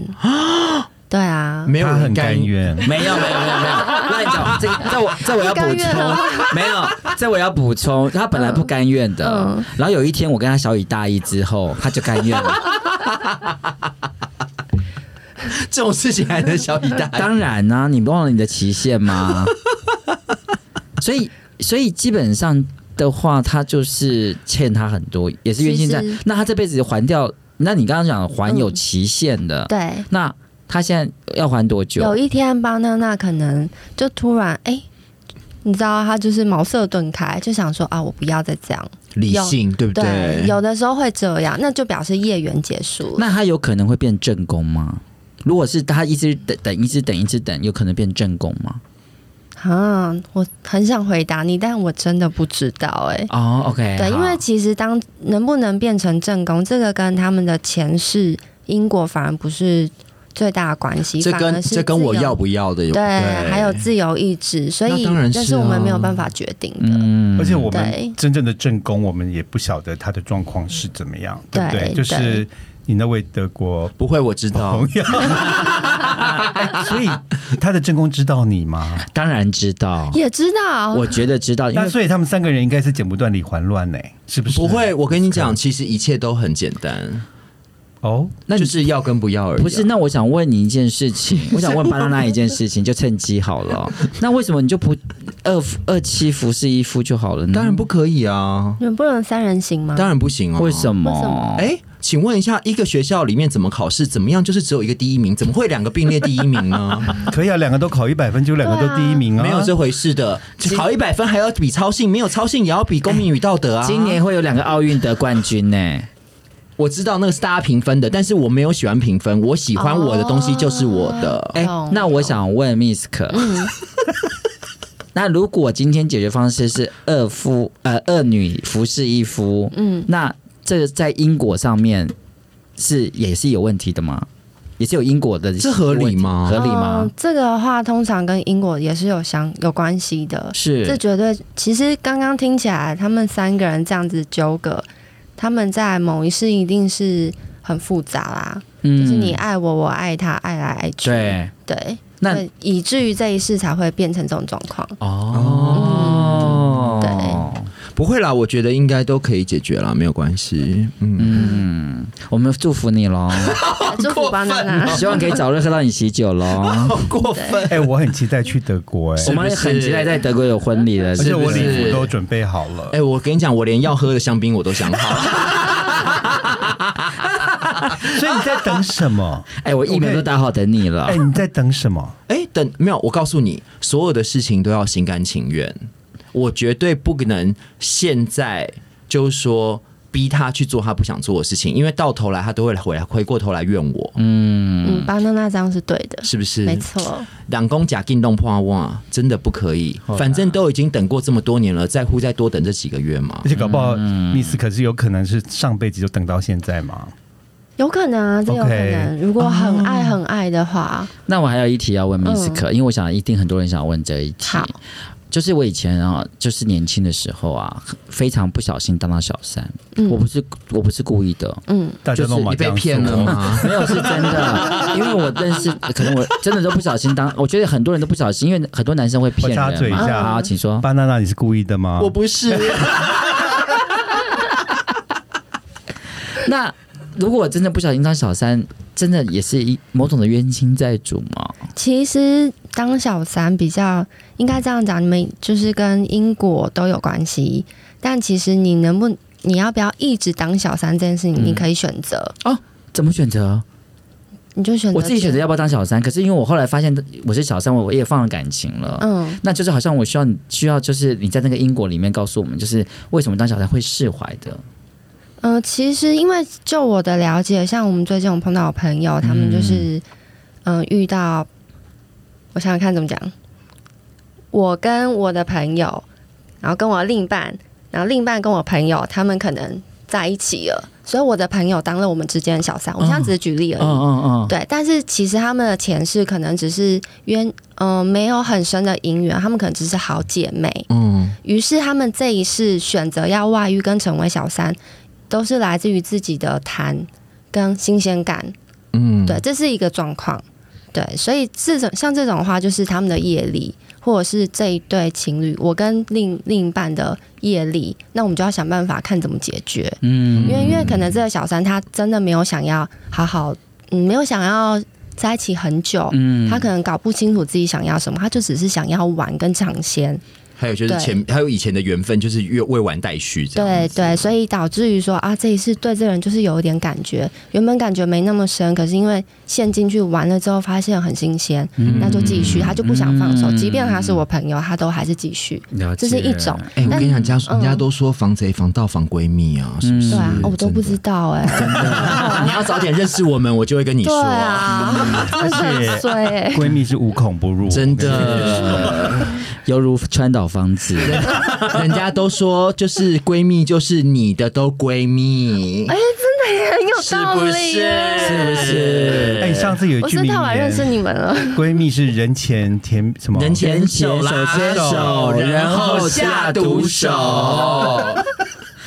D: 对啊，
C: 没有
E: 他
C: 人
E: 很甘愿。
B: 没有没有没有没有，乱讲。这这我这我要补
D: 你甘愿
B: 充
D: 了，
B: 没有这我要补充。他本来不甘愿的，
D: 嗯
B: 然后有一天我跟他小以大意之后，他就甘愿了。
C: 这种事情还能小以大人
B: 当然啦、你忘了你的期限吗？所以所以基本上的话，他就是欠他很多，也是冤亲债
D: 其实。
B: 那他这辈子还掉，那你刚刚讲还有期限的，
D: 嗯对，
B: 那他现在要还多久？
D: 有一天巴娜娜可能就突然哎、你知道她就是茅塞顿开，就想说啊，我不要再这样。
C: 理性，对不嗯
D: 对，有的时候会这样，那就表示业缘结束了。
B: 那他有可能会变正宫吗？如果是他一直等等一直等一直等，有可能变正宫吗？
D: 啊，我很想回答你，但我真的不知道哎、
B: 哦，OK，
D: 对，因为
B: 好
D: 其实当能不能变成正宫，这个跟他们的前世因果反而不是最大的关系，
C: 这
D: 反而
C: 跟
D: 是
C: 这跟
D: 自
C: 我
D: 由
C: 要不要的有
D: 对，还有自由意志，所以
C: 那当然
D: 这
C: 是
D: 是我们
C: 啊
D: 没有办法决定的。
B: 嗯
A: 而且我
D: 对
A: 们真正的正宫，我们也不晓得他的状况是怎么样，对不
D: 对
A: 对？就是你那位德国
C: 不会，我知道
D: [laughs]
A: 朋。
C: [laughs]
A: 友，所以他的正宫知道你吗？
B: 当然知道，
D: 也知道，
B: 我觉得知道，因
A: 那
B: 为
A: 所以他们三个人应该是剪不断理还乱呢、是不是？
C: 不会，我跟你讲，其实一切都很简单，
A: 哦，
C: 那就是要跟不要而已啊。
B: 不是，那我想问你一件事情，我想问巴娜娜一件事情，就趁机好了哦、那为什么你就不二夫二妻服侍一夫就好了呢？
C: 当然不可以啊，
D: 你们嗯不能三人行吗？
C: 当然不行哦。
B: 为什
D: 嗯为什么
B: 么？
C: 哎，请问一下，一个学校里面怎么考试？怎么样就是只有一个第一名？怎么会两个并列第一名呢？
D: [laughs]
A: 可以啊，两个都考一百分，就两个都第一名啊，
C: 没有这回事的，考一百分还要比操性，没有操性也要比公民与道德啊。
B: 今年会有两个奥运得冠军呢、
C: 我知道那个是大家评分的，但是我没有喜欢评分，我喜
D: 哦
C: 欢我的东西就是我的。
B: 哎、
D: 懂
B: 那我想问 Miss 可，
D: 嗯
B: [laughs] 那如果今天解决方式是二夫呃二女服侍一夫，嗯
D: 嗯，
B: 那这个在因果上面是也是有问题的吗？也是有因果的，
C: 这合理吗
B: 合理吗
D: 嗯？这个的话，通常跟因果也是有相有关系的。
B: 是
D: 这绝对，其实刚刚听起来，他们三个人这样子纠葛，他们在某一世一定是很复杂啦。
B: 嗯
D: 就是你爱我，我爱他，爱来爱去。
B: 对
D: 对，
B: 那
D: 所以以至于这一世才会变成这种状况。
B: 哦，
D: 嗯对
C: 不会啦，我觉得应该都可以解决啦，没有关系。嗯，
B: 我们祝福你喽，
D: 祝福巴娜娜，
B: [laughs] 希望可以早日喝到你喜酒喽。
C: 好过分。
A: 哎、我很期待去德国、
B: 我
A: 哎，
B: 们很期待在德国有婚礼的，
A: 而且
B: 是不
A: 我
B: 是
A: 礼服都准备好了。
C: [laughs] 哎、我跟你讲，我连要喝的香槟我都想好，
A: 所以你在等什么？
B: 哎，我疫苗都打好等你了
A: 哎、。你在等什么？
C: 哎、等没有，我告诉你，所有的事情都要心甘情愿，我绝对不可能现在就说逼他去做他不想做的事情，因为到头来他都会回来回过头来怨我，
D: 嗯，巴娜娜这样是对的，
C: 是不是？
D: 没错。
C: 两公假进洞破哇，真的不可以，反正都已经等过这么多年了，在乎再多等这几个月嘛
A: 而。且搞不好
C: 嗯
A: 密斯可是有可能是上辈子就等到现在嘛。
D: 有可能啊，这有可
A: OK
D: 能。如果很爱很爱的话，
B: 那我还有一题要问 Miss 可、因为我想一定很多人想问这一题
D: 嗯好。
B: 就是我以前啊，就是年轻的时候啊，非常不小心当到小三。我不是我不是故意的，
D: 嗯，
A: 大家
C: 就是
A: 都
C: 你
A: 麻
C: 被
A: 将
C: 骗了
A: 说？
C: 吗？
B: 没有是真
D: [laughs]
B: 的，因为我认识，可能我真的都不小心当。我觉得很多人都不小心，因为很多男生会骗
A: 我插
B: 人
A: 嘴一
B: 嘛。啊
A: 下
B: 好，请说。
A: 巴娜娜，你是故意的吗？
C: 我不是，
B: 那如果我真的不小心当小三，真的也是一某种的冤亲债主吗？
D: 其实当小三比较应该这样讲，你们就是跟因果都有关系，但其实你能不你要不要一直当小三这件事情，
B: 嗯
D: 你可以选择，
B: 怎么选择？
D: 你就选择
B: 我自己选择要不要当小三，可是因为我后来发现我是小三，我我也放了感情了。
D: 嗯，
B: 那就是好像我需要你需要，就是你在那个因果里面告诉我们，就是为什么当小三会释怀的。
D: 呃，其实因为就我的了解，像我们最近有碰到的朋友，他们就是嗯、呃遇到，我想想看怎么讲，我跟我的朋友，然后跟我另一半，然后另一半跟我朋友，他们可能在一起了，所以我的朋友当了我们之间的小三。我现在只是举例而已。
B: 嗯嗯嗯，
D: 对，但是其实他们的前世可能只是冤，嗯、没有很深的姻缘，他们可能只是好姐妹，
C: 嗯，
D: 于是他们这一世选择要外遇跟成为小三，都是来自于自己的贪跟新鲜感。
C: 嗯，
D: 对，这是一个状况。对，所以这种像这种的话，就是他们的业力，或者是这一对情侣，我跟另另一半的业力，那我们就要想办法看怎么解决。
B: 嗯
D: 因为因为可能这个小三他真的没有想要好好，嗯，没有想要在一起很久，
B: 嗯
D: 他可能搞不清楚自己想要什么，他就只是想要玩跟尝鲜。
C: 还有就是前，还有以前的缘分，就是越未完待续这样。
D: 对对，所以导致于说啊，这一次对这个人就是有一点感觉，原本感觉没那么深，可是因为陷进去玩了之后，发现很新鲜，
C: 嗯
D: 那就继续，他就不想放手，即便他是我朋友，他都还是继续，
B: 了
D: 这
B: 解
D: 是一种。
C: 哎、我
D: 但
C: 跟你讲，人家
D: 嗯
C: 人家都说防贼防盗防闺蜜啊，是不是？
D: 对啊，哦我都不知道哎、
C: 道。你要早点认识我们，我就会跟你
D: 对
C: 说。
D: 啊，真的是很 [laughs] 衰哎、
A: 闺蜜是无孔不入，
C: 真的，
B: 犹如川岛芳子，
C: 人家都说就是闺蜜，就是你的都闺蜜，
D: 哎、
C: 是
D: 真的也很有道
C: 不
D: 理
C: 是
D: 耶、？
C: 是不
A: 哎、
C: 是？
A: 上次有一
D: 我
A: 句
D: 是
A: 名
D: 太晚认识
A: 言，
D: 你们了，
A: 闺蜜是人前甜什么？
C: 人前手
B: 人
C: 拉
B: 前手牵手
C: 然后下毒手。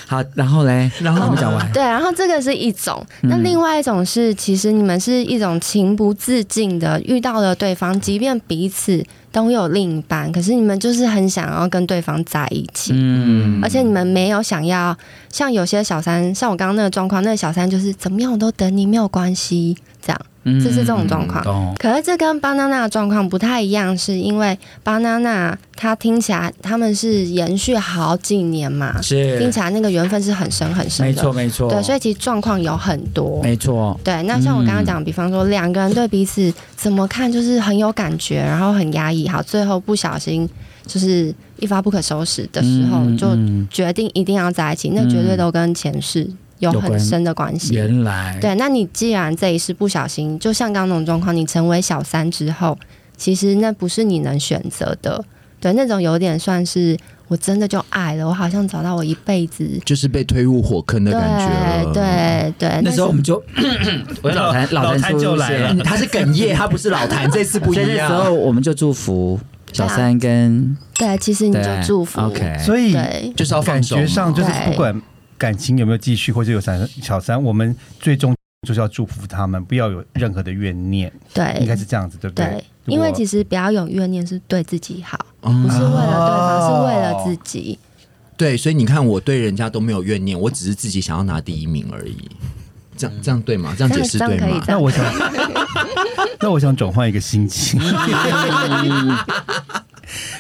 B: 好，然后嘞，然后我们讲完，
D: 对，然后这个是一种，那
B: 嗯
D: 另外一种是，其实你们是一种情不自禁的遇到了对方，即便彼此都有另一半，可是你们就是很想要跟对方在一起，
B: 嗯，
D: 而且你们没有想要像有些小三，像我刚刚那个状况，那个小三就是怎么样我都等你，没有关系，这样，
B: 嗯
D: 这是这种状况。
B: 懂，
D: 可是这跟 banana 的状况不太一样，是因为 banana 它听起来他们是延续好几年嘛，
B: 是
D: 听起来那个缘分是很深很深的，
B: 没错，没错，
D: 对，所以其实状况有很多。
B: 没错，
D: 对，那像我刚刚
B: 嗯
D: 讲，比方说两个人对彼此怎么看，就是很有感觉，然后很压抑，好，最后不小心就是一发不可收拾的时候，
B: 嗯
D: 就
B: 嗯
D: 决定一定要在一起，那绝对都跟前世有
B: 有
D: 很
B: 关
D: 深的关系。
B: 原来，
D: 对，那你既然这一世不小心，就像刚刚那种状况，你成为小三之后，其实那不是你能选择的。对，那种有点算是我真的就爱了，我好像找到我一辈子。
C: 就是被推入火坑的感觉
D: 对
C: 了。
D: 对对，
B: 那时候我
D: 但是
B: 们就，我老谭
A: 老
B: 老
A: 谭
B: 谭
A: 就来了
B: 了。
C: 他是哽咽，他不是老谭，这次不
B: 所以
C: 一
B: 那时
C: 样。
B: 候我们就祝福小三跟
D: 对，其实你就
B: 对
D: 祝福。
B: OK，
A: 所以
D: 对
C: 就是要放
A: 感
C: 手嘛，
A: 觉上就是
D: 对
A: 不管感情有没有继续，或者有小三小三，我们最终就是要祝福他们，不要有任何的怨念，应该
D: 对
A: 是这样子，对不
D: 对，因为其实不要有怨念，是对自己好，
C: 嗯
D: 不是为了对方，
A: 哦
D: 是为了自己。
C: 对，所以你看，我对人家都没有怨念，我只是自己想要拿第一名而已。这样这样对吗？这样解释
D: 这样
C: 对
D: 可以
C: 吗
D: 这？
A: 那我想，那我想转换一个心情。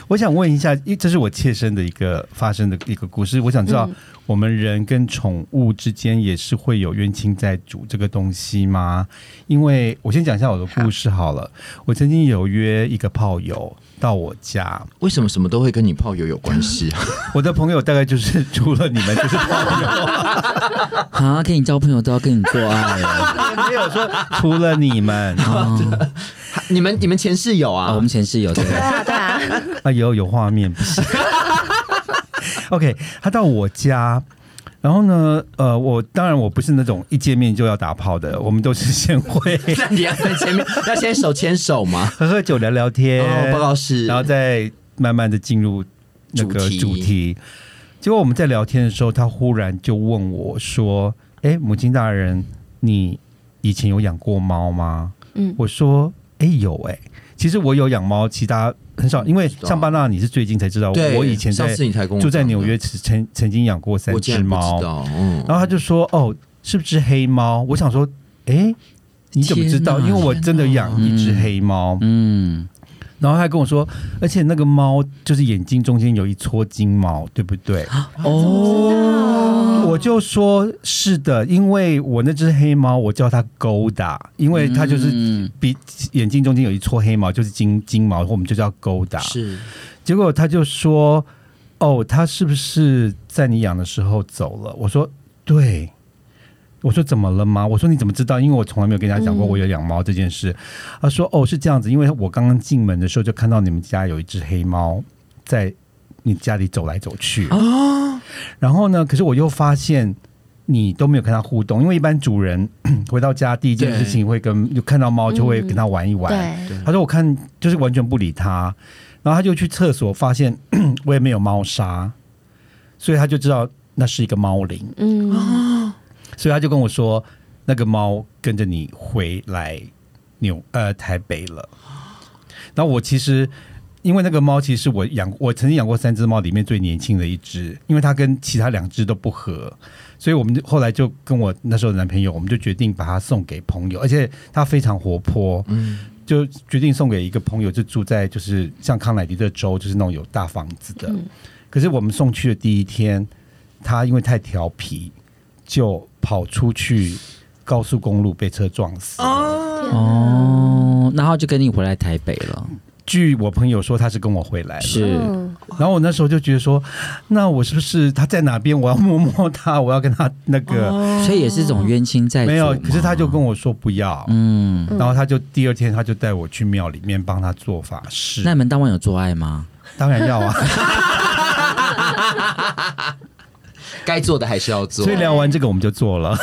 A: 我想问一下，因为这是我切身的一个发生的一个故事，我想知道
D: 嗯
A: 我们人跟宠物之间也是会有冤亲债主这个东西吗？因为我先讲一下我的故事好了。我曾经有约一个炮友到我家，
C: 为什么什么都会跟你炮友有关系啊？
A: 我的朋友大概就是 [laughs] 除了你们就是炮友，
B: 啊，跟你交朋友都要跟你啊做
A: [laughs]
B: 爱了
A: 没有说除了你们。
B: 啊！
C: [laughs] 你们你们前世有
B: 啊我
C: 啊
B: 们？前世有这
D: 对
B: 个，
D: 啊，对啊，
A: 啊，有有画面不行。OK，他到我家，然后呢，呃，我当然我不是那种一见面就要打炮的，我们都是先
C: [laughs]
A: 会
C: 那你要在前面 [laughs] 要先手牵手 [laughs] 吗？
A: 喝喝酒聊聊天，
C: 哦，报告是，
A: 然后再慢慢的进入那个
C: 主
A: 主
C: 题
A: 题。结果我们在聊天的时候，他忽然就问我说：“哎，母亲大人，你以前有养过猫吗？”
D: 嗯，
A: 我说：“哎、有哎、其实我有养猫，其他很少，因为
C: 道
A: 像巴纳你是最近才知道，
C: 对，
A: 我以前
C: 上
A: 在
C: 次你才跟我
A: 住在
C: 讲的
A: 纽约，，曾曾经养过三
C: 我竟
A: 只
C: 然不
A: 猫
C: 知，道，嗯，
A: 然后他就说：“哦，是不是黑猫？”我想说：“诶，你怎么知道？
C: 天
A: 因
C: 哪
A: 为我真的养一只黑猫。
B: 嗯，
A: 然后他跟我说：“而且那个猫就是眼睛中间有一撮金毛，对不对？”
B: 哦，
A: 我就说：“是的，因为我那只黑猫，我叫它勾打，因为它就是
B: 嗯
A: 鼻眼睛中间有一撮黑毛，就是金金毛，我们就叫勾打。
C: 是
A: 结果他就说：“哦，他是不是在你养的时候走了？”我说：“对。”我说：“怎么了吗？”我说：“你怎么知道？因为我从来没有跟人家讲过
D: 嗯
A: 我有养猫这件事。他说：“哦，是这样子，因为我刚刚进门的时候就看到你们家有一只黑猫在你家里走来走去啊。
D: 哦
A: 然后呢，可是我又发现。”你都没有跟它互动，因为一般主人 [clears throat] 回到家第一件事情会跟就看到猫就会跟它玩一玩，
D: 嗯对，
A: 他说我看就是完全不理他，然后他就去厕所，发现 [clears throat] 我也没有猫砂，所以他就知道那是一个猫铃，
C: 哦
D: 嗯，
A: 所以他就跟我说那个猫跟着你回来纽呃台北了。然后我其实因为那个猫其实我养，我曾经养过三只猫，里面最年轻的一只，因为它跟其他两只都不合，所以我们就后来就跟我那时候的男朋友，我们就决定把它送给朋友，而且它非常活泼，
C: 嗯，
A: 就决定送给一个朋友，就住在就是像康乃狄这州，就是那种有大房子的。可是我们送去的第一天，他因为太调皮，就跑出去高速公路被车撞死。
B: 哦，然后就跟你回来台北了，
A: 据我朋友说，他是跟我回来了。
B: 是
D: 嗯
A: 然后我那时候就觉得说，那我是不是他在哪边？我要摸摸他，我要跟他那个、
C: 哦
B: 所以也是一种冤亲债主。
A: 哦没有。可是他就跟，我说不要，
B: 嗯，
A: 然后他就第二天他就带我去庙里面帮他做法事。
B: 那你们当晚有做爱吗？
A: 当然要啊。
C: [gasps] 该做的还是要 [laughs] 做
A: 所以。聊完这个我们就做了。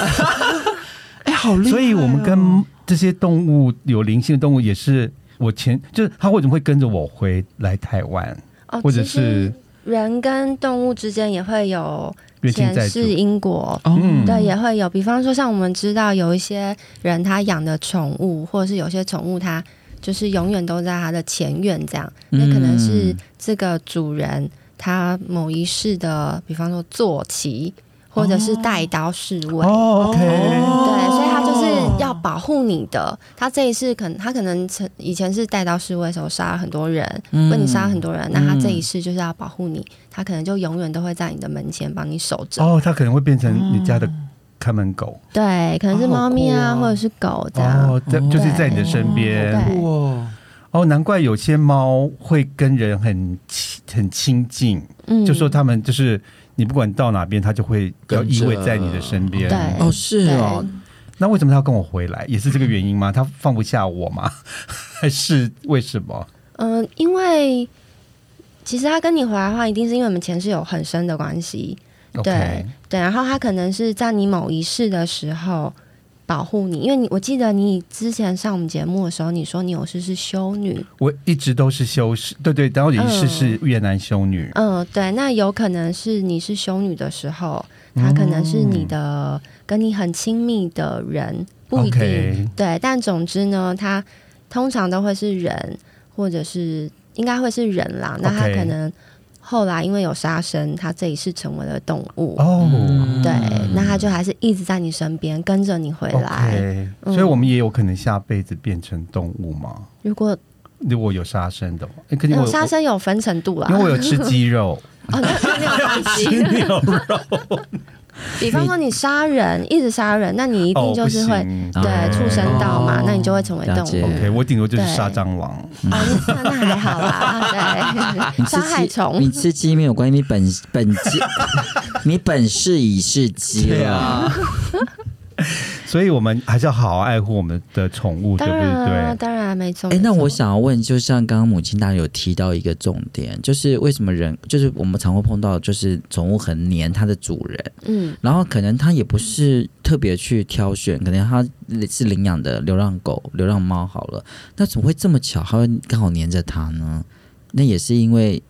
C: [laughs] 哎，好厉害哦！
A: 所以我们跟这些动物有灵性的动物也是我前，就是它为什么会跟着我回来台湾，
D: 哦，
A: 或者
D: 其实
A: 是
D: 人跟动物之间也会有
A: 冤亲
D: 前
A: 债主
D: 世因果。
C: 哦
A: 嗯
D: 对，也会有，比方说像我们知道有一些人他养的宠物，或者是有些宠物它就是永远都在他的前院这样，那可能是
B: 嗯
D: 这个主人他某一世的，比方说坐骑或者是带刀侍卫。
A: 哦，OK，
D: 对，所以他就是要保护你的。他这一世可能，他可能曾以前是带刀侍卫的时候杀了很多人，
B: 嗯
D: 为你杀了很多人，那他这一
B: 嗯
D: 世就是要保护你，他可能就永远都会在你的门前帮你守着。
A: 哦，它可能会变成你家的
D: 嗯
A: 看门狗，
D: 对，可能是
C: 啊好
D: 猫咪啊，
C: 酷哦
D: 或者是狗这样。
A: 哦，在就是在你的身边，
D: 对
C: 哇，
A: 哦，难怪有些猫会跟人很亲很亲近，
D: 嗯，
A: 就说它们就是你不管到哪边，它就会要
C: 跟着
A: 依偎在你的身边，
D: 对
B: 哦，是哦，
A: 那为什么他要跟我回来？也是这个原因吗？他放不下我吗？ [laughs] 还是为什么？
D: 嗯、因为其实他跟你回来的话，一定是因为我们前世有很深的关系。对
A: OK，
D: 对，然后他可能是在你某一世的时候保护你，因为你我记得你之前上我们节目的时候，你说你有世是修女，
A: 我一直都是修士，对对，然后有一世是越南修女，
D: 嗯，对，那有可能是你是修女的时候，他可能是你的、跟你很亲密的人，不一定。
A: OK
D: 对，但总之呢，他通常都会是人，或者是应该会是人啦。那他
A: OK
D: 可能后来因为有杀生，他这一世成为了动物。
A: 哦。
D: 对，那他就还是一直在你身边，跟着你回来。
A: OK，
D: 嗯
A: 所以我们也有可能下辈子变成动物吗？
D: 如果
A: 如果有杀生的话，诶可是我
D: 有杀生有分程度啦
A: 我，因，为我有吃鸡肉，
D: 哦，
A: [laughs]
D: 那那没有关系。
A: 牛肉
D: 比方说你杀人，一直杀人，那 [laughs] 你一定就是会、
A: 哦不行
D: 对
B: 哦
D: 畜生道嘛，
C: 哦
D: 那你就会成为动
B: 了解
D: 物。
A: ，OK，我顶多就是杀蟑螂。
D: 哦，那那还好啦，
B: [laughs] 你
D: 对，
B: 吃
D: 杀害
B: 鸡，
D: 虫
B: 你。吃鸡没有关系，你本
D: [laughs]
B: 本鸡，你本是已是鸡
A: 对啊
B: 了。
C: 啊
A: 所以我们还是要好好爱护我们的宠物，对
D: 当
A: 不
D: 然啊，
A: 对？
D: 当然没错。
B: 哎、那
D: 没错
B: 我想要问，就像刚刚母亲大人有提到一个重点，就是为什么人，就是我们常会碰到，就是宠物很黏它的主人，
D: 嗯，
B: 然后可能它也不是特别去挑选，可能它是领养的流浪狗、流浪猫好了，那怎么会这么巧，它会刚好黏着它呢？那也是因为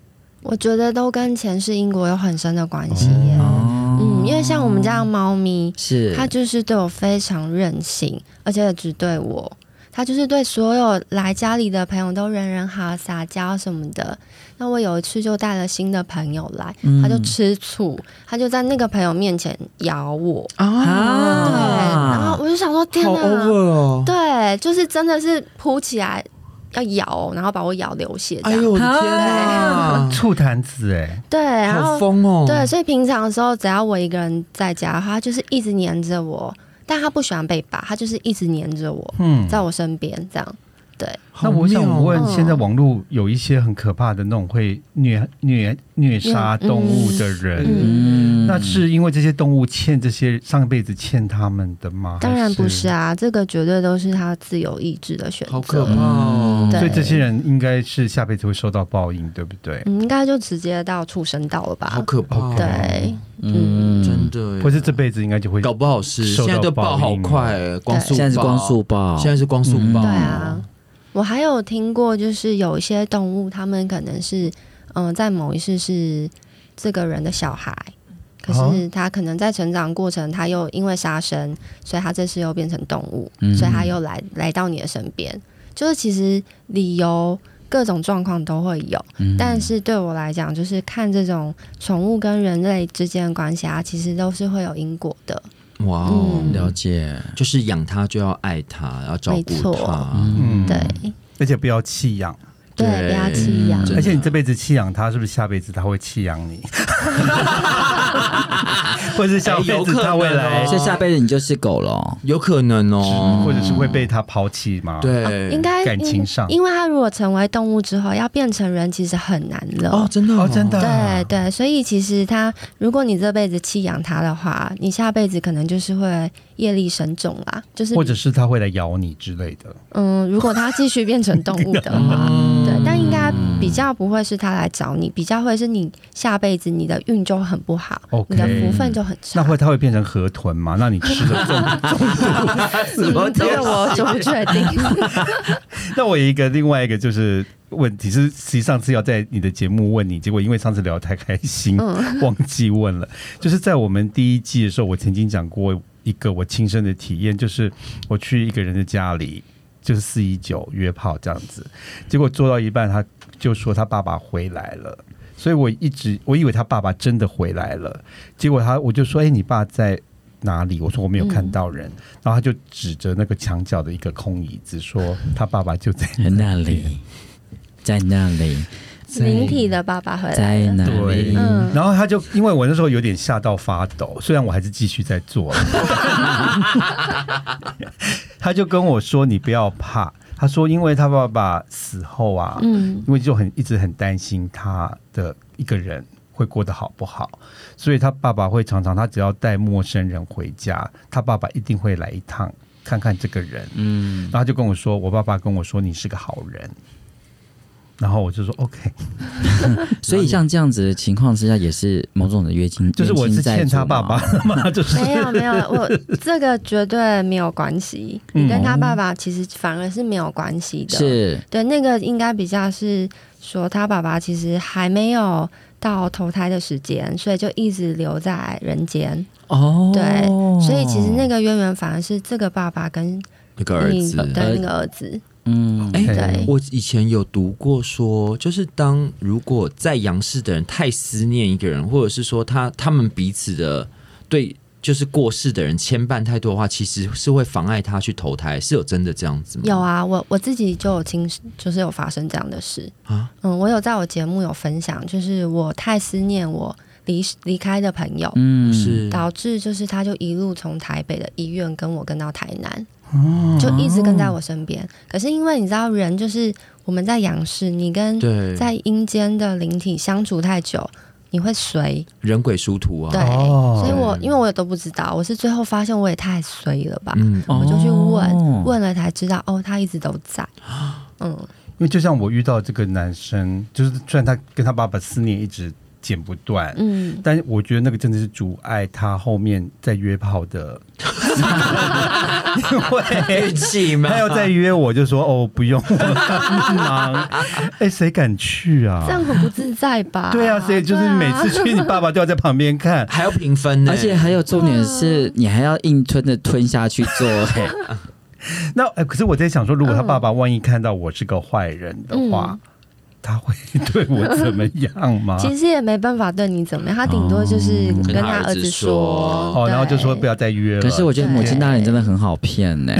D: 我觉得都跟前世因果有很深的关系耶。
B: 哦，
D: 嗯，因为像我们家的猫咪，
B: 是
D: 它就是对我非常任性，而且只对我。它就是对所有来家里的朋友都人人好、撒娇什么的。那我有一次就带了新的朋友来，它就
B: 嗯
D: 吃醋，它就在那个朋友面前咬我。对，
B: 啊，
D: 然后我就想说，天
C: 好
D: 哪
C: over，哦！
D: 对，就是真的是扑起来要咬，然后把我咬流血这
C: 哎
D: 样。
C: 呦我的天
A: 啊
C: 哪，
A: 醋坛子，哎，
D: 对，然
C: 好
D: 后
C: 疯哦！
D: 对，所以平常的时候，只要我一个人在家，他就是一直黏着我，但他不喜欢被拔，他就是一直黏着我，
A: 嗯，
D: 在我身边这
C: 嗯
D: 样。对，
A: 那
C: 好
A: 我
C: 妙哦，
A: 想问，
D: 嗯
A: 现在网络有一些很可怕的那种会虐虐虐杀
D: 嗯嗯
A: 动物的人，
D: 嗯，
B: 嗯
A: 那是因为这些动物欠这些上辈子欠他们的吗？
D: 当然不是
A: 啊，
D: 啊，这个绝对都是他自由意志的选择。
C: 好可怕哦！
D: 对
A: 所以这些人应该是下辈子会受到报应，对不对？
D: 嗯应该就直接到畜生道了
C: 好
D: 吧？
C: 可怕哦！
D: 对，
B: 嗯
C: 真的耶，
A: 或是这辈子应该就会
C: 搞不好是
A: 受
C: 现
A: 到
C: 在都爆
A: 报
C: 好
A: 应
C: 快耶，光速
B: 现在是
C: 爆
B: 光速，报，
C: 现在是光速
B: 嗯
C: 爆，
D: 对啊，我还有听过，就是有一些动物，它们可能是，嗯、在某一世是这个人的小孩，可是他可能在成长过程，他又因为杀生，所以他这次又变成动物，
B: 嗯
D: 所以他又来来到你的身边。就是其实理由各种状况都会有。
B: 嗯
D: 但是对我来讲，就是看这种宠物跟人类之间的关系啊，其实都是会有因果的。
C: 哇哦，
D: 嗯
B: 了解，
C: 就是养它就要爱它，要照
D: 没
C: 顾
D: 错
C: 它。
A: 嗯，
D: 对，
A: 而且不要弃养，
D: 对，
C: 对
D: 不要弃养。
C: 真的
A: 而且你这辈子弃养它，是不是下辈子它会弃养
C: [laughs]
A: 你？或者是下辈子它未来
C: 哎有可能哦
B: 所以下辈子你就是狗了哦。
C: 有可能哦，
A: 嗯或者是会啊被它抛弃吗？，
C: 对，
D: 啊应该
A: 感情
D: 因
A: 上
D: 因为它如果成为动物之后，要变成人其实很难了。
C: 哦，真的
A: 哦，真的，
D: 对对，所以其实它，如果你这辈子弃养它的话，你下辈子可能就是会业力深重啦。就是
A: 或者是它会来咬你之类的。
D: 嗯，如果它继续变成动物
A: [laughs]
D: 的话，
A: 嗯
D: 对，但应该比较不会是它来找你，比较会是你下辈子你的运就很不好
A: OK
D: 你的福分就很
A: 那
D: 差。
A: 会它会变成河豚吗？那你吃
D: [laughs]
A: 了中中毒？
D: 嗯这个我就不确
A: [laughs]
D: 定。
A: 那我有一个另外一个就是问题是，其实上次要在你的节目问你，结果因为上次聊得太开心， [laughs] 忘记问了。就是在我们第一季的时候，我曾经讲过一个我亲身的体验，就是我去一个人的家里，就是四一九约炮这样子，结果做到一半，他就说他爸爸回来了。所以我一直我以为他爸爸真的回来了，结果他我就说：“哎、你爸在哪里？”我说：“我没有看到人。然后他就指着那个墙角的一个空椅子说：“他爸爸就在
B: 在那里，在那里，
D: 灵体的爸爸回来
B: 在
D: 了，
B: 那
A: 对
B: 里，
D: 嗯
A: 然后他就因为我那时候有点吓到发抖，虽然我还是继续在做， [laughs] 他就跟我说：“你不要怕。”他说：“因为他爸爸死后啊，
D: 嗯
A: 因为就很一直很担心他的一个人会过得好不好，所以他爸爸会常常，他只要带陌生人回家，他爸爸一定会来一趟看看这个人。
B: 嗯，
A: 然后他就跟我说，我爸爸跟我说你是个好人，然后我就说 OK，
B: 所以像这样子的情况之下，也是某种的约金，
A: 就是我
B: 冤
A: 是
B: 亲债
A: 欠他
B: 主
A: 爸爸
B: 嘛
A: 的 [laughs] 嘛，就是
D: 没有没有，我这个绝对没有关系。你跟他爸爸其实反而是没有关系的，
B: 是
D: 对，那个应该比较是说他爸爸其实还没有到投胎的时间，所以就一直留在人间。
B: 哦，
D: 对，所以其实那个渊源反而是这个爸爸跟
C: 一个儿
D: 你
C: 子
D: 的。那个儿子，
B: 嗯，
C: 哎、
D: 对
C: 我以前有读过说，就是当如果在阳世的人太思念一个人，或者是说他他们彼此的对就是过世的人牵绊太多的话，其实是会妨碍他去投胎，是有真的这样子吗？
D: 有啊，我我自己就有亲，就是有发生这样的事
C: 啊。
D: 嗯，我有在我节目有分享，就是我太思念我离离开的朋友，
B: 嗯，
C: 是
D: 导致就是他就一路从台北的医院跟我跟到台南，就一直跟在我身边。可是因为你知道，人就是我们在仰视，你跟
C: 对
D: 在阴间的灵体相处太久，你会随
C: 人鬼殊途啊，
D: 对，
A: 哦
D: 所以我因为我也都不知道，我是最后发现我也太随了吧，
C: 嗯，
B: 哦
D: 我就去问问了才知道，哦，他一直都在，嗯，
A: 因为就像我遇到这个男生，就是虽然他跟他爸爸思念一直剪不断，
D: 嗯，
A: 但我觉得那个真的是阻碍他后 [laughs] 面在约炮的，因为
C: 运气吗？。
A: 他要再约我就说哦不用，我很忙， [laughs] 哎谁敢去啊
D: 这？样很不自在吧？
A: [laughs] 对啊，所以就是
D: 对啊
A: 每次去，你爸爸都要在旁边看
C: 还要评分呢、
B: 而且还有重点是，你还要硬吞的吞下去做、
D: [laughs]
B: 嘿
A: 那哎、可是我在想说，如果他爸
D: 嗯
A: 爸万一看到我是个坏人的话，他会 [laughs] 对我怎么样吗？
D: 其实也没办法对你怎么样，他顶多就是
B: 哦
C: 跟
D: 跟
C: 他
D: 他
C: 儿
D: 儿
C: 子
D: 子
C: 说
D: 说，
A: 哦，然后就说不
D: 要，
A: 要再约了。
B: 可是我觉得母亲大人真的很好骗呢、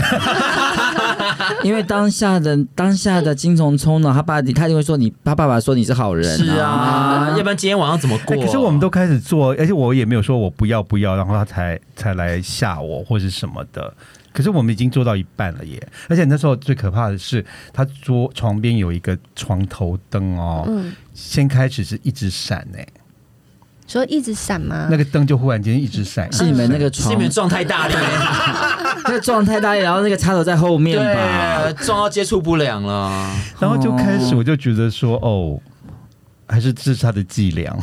D: [laughs]
B: 因为当下的当下的金虫冲呢，他爸他就会说你，他爸爸说你是好人、
C: 是啊，要不然今天晚上怎么
A: 哎
C: 过？
A: 可是我们都开始做，而且我也没有说我不要不要，然后他才才来吓我或是什么的。可是我们已经做到一半了耶！而且那时候最可怕的是，他桌床边有一个床头灯哦，
D: 嗯，
A: 先开始是一直闪哎、
D: 说一直闪吗？
A: 那个灯就忽然间一直闪。
B: 是你们那个
C: 是
B: 床
C: 你们撞太大力了，
B: [laughs] 那撞太大力，然后那个插头在后面吧。
C: 对，啊撞到接触不良了。
A: 然后就开始我就觉得说，哦，还是这是他的伎俩。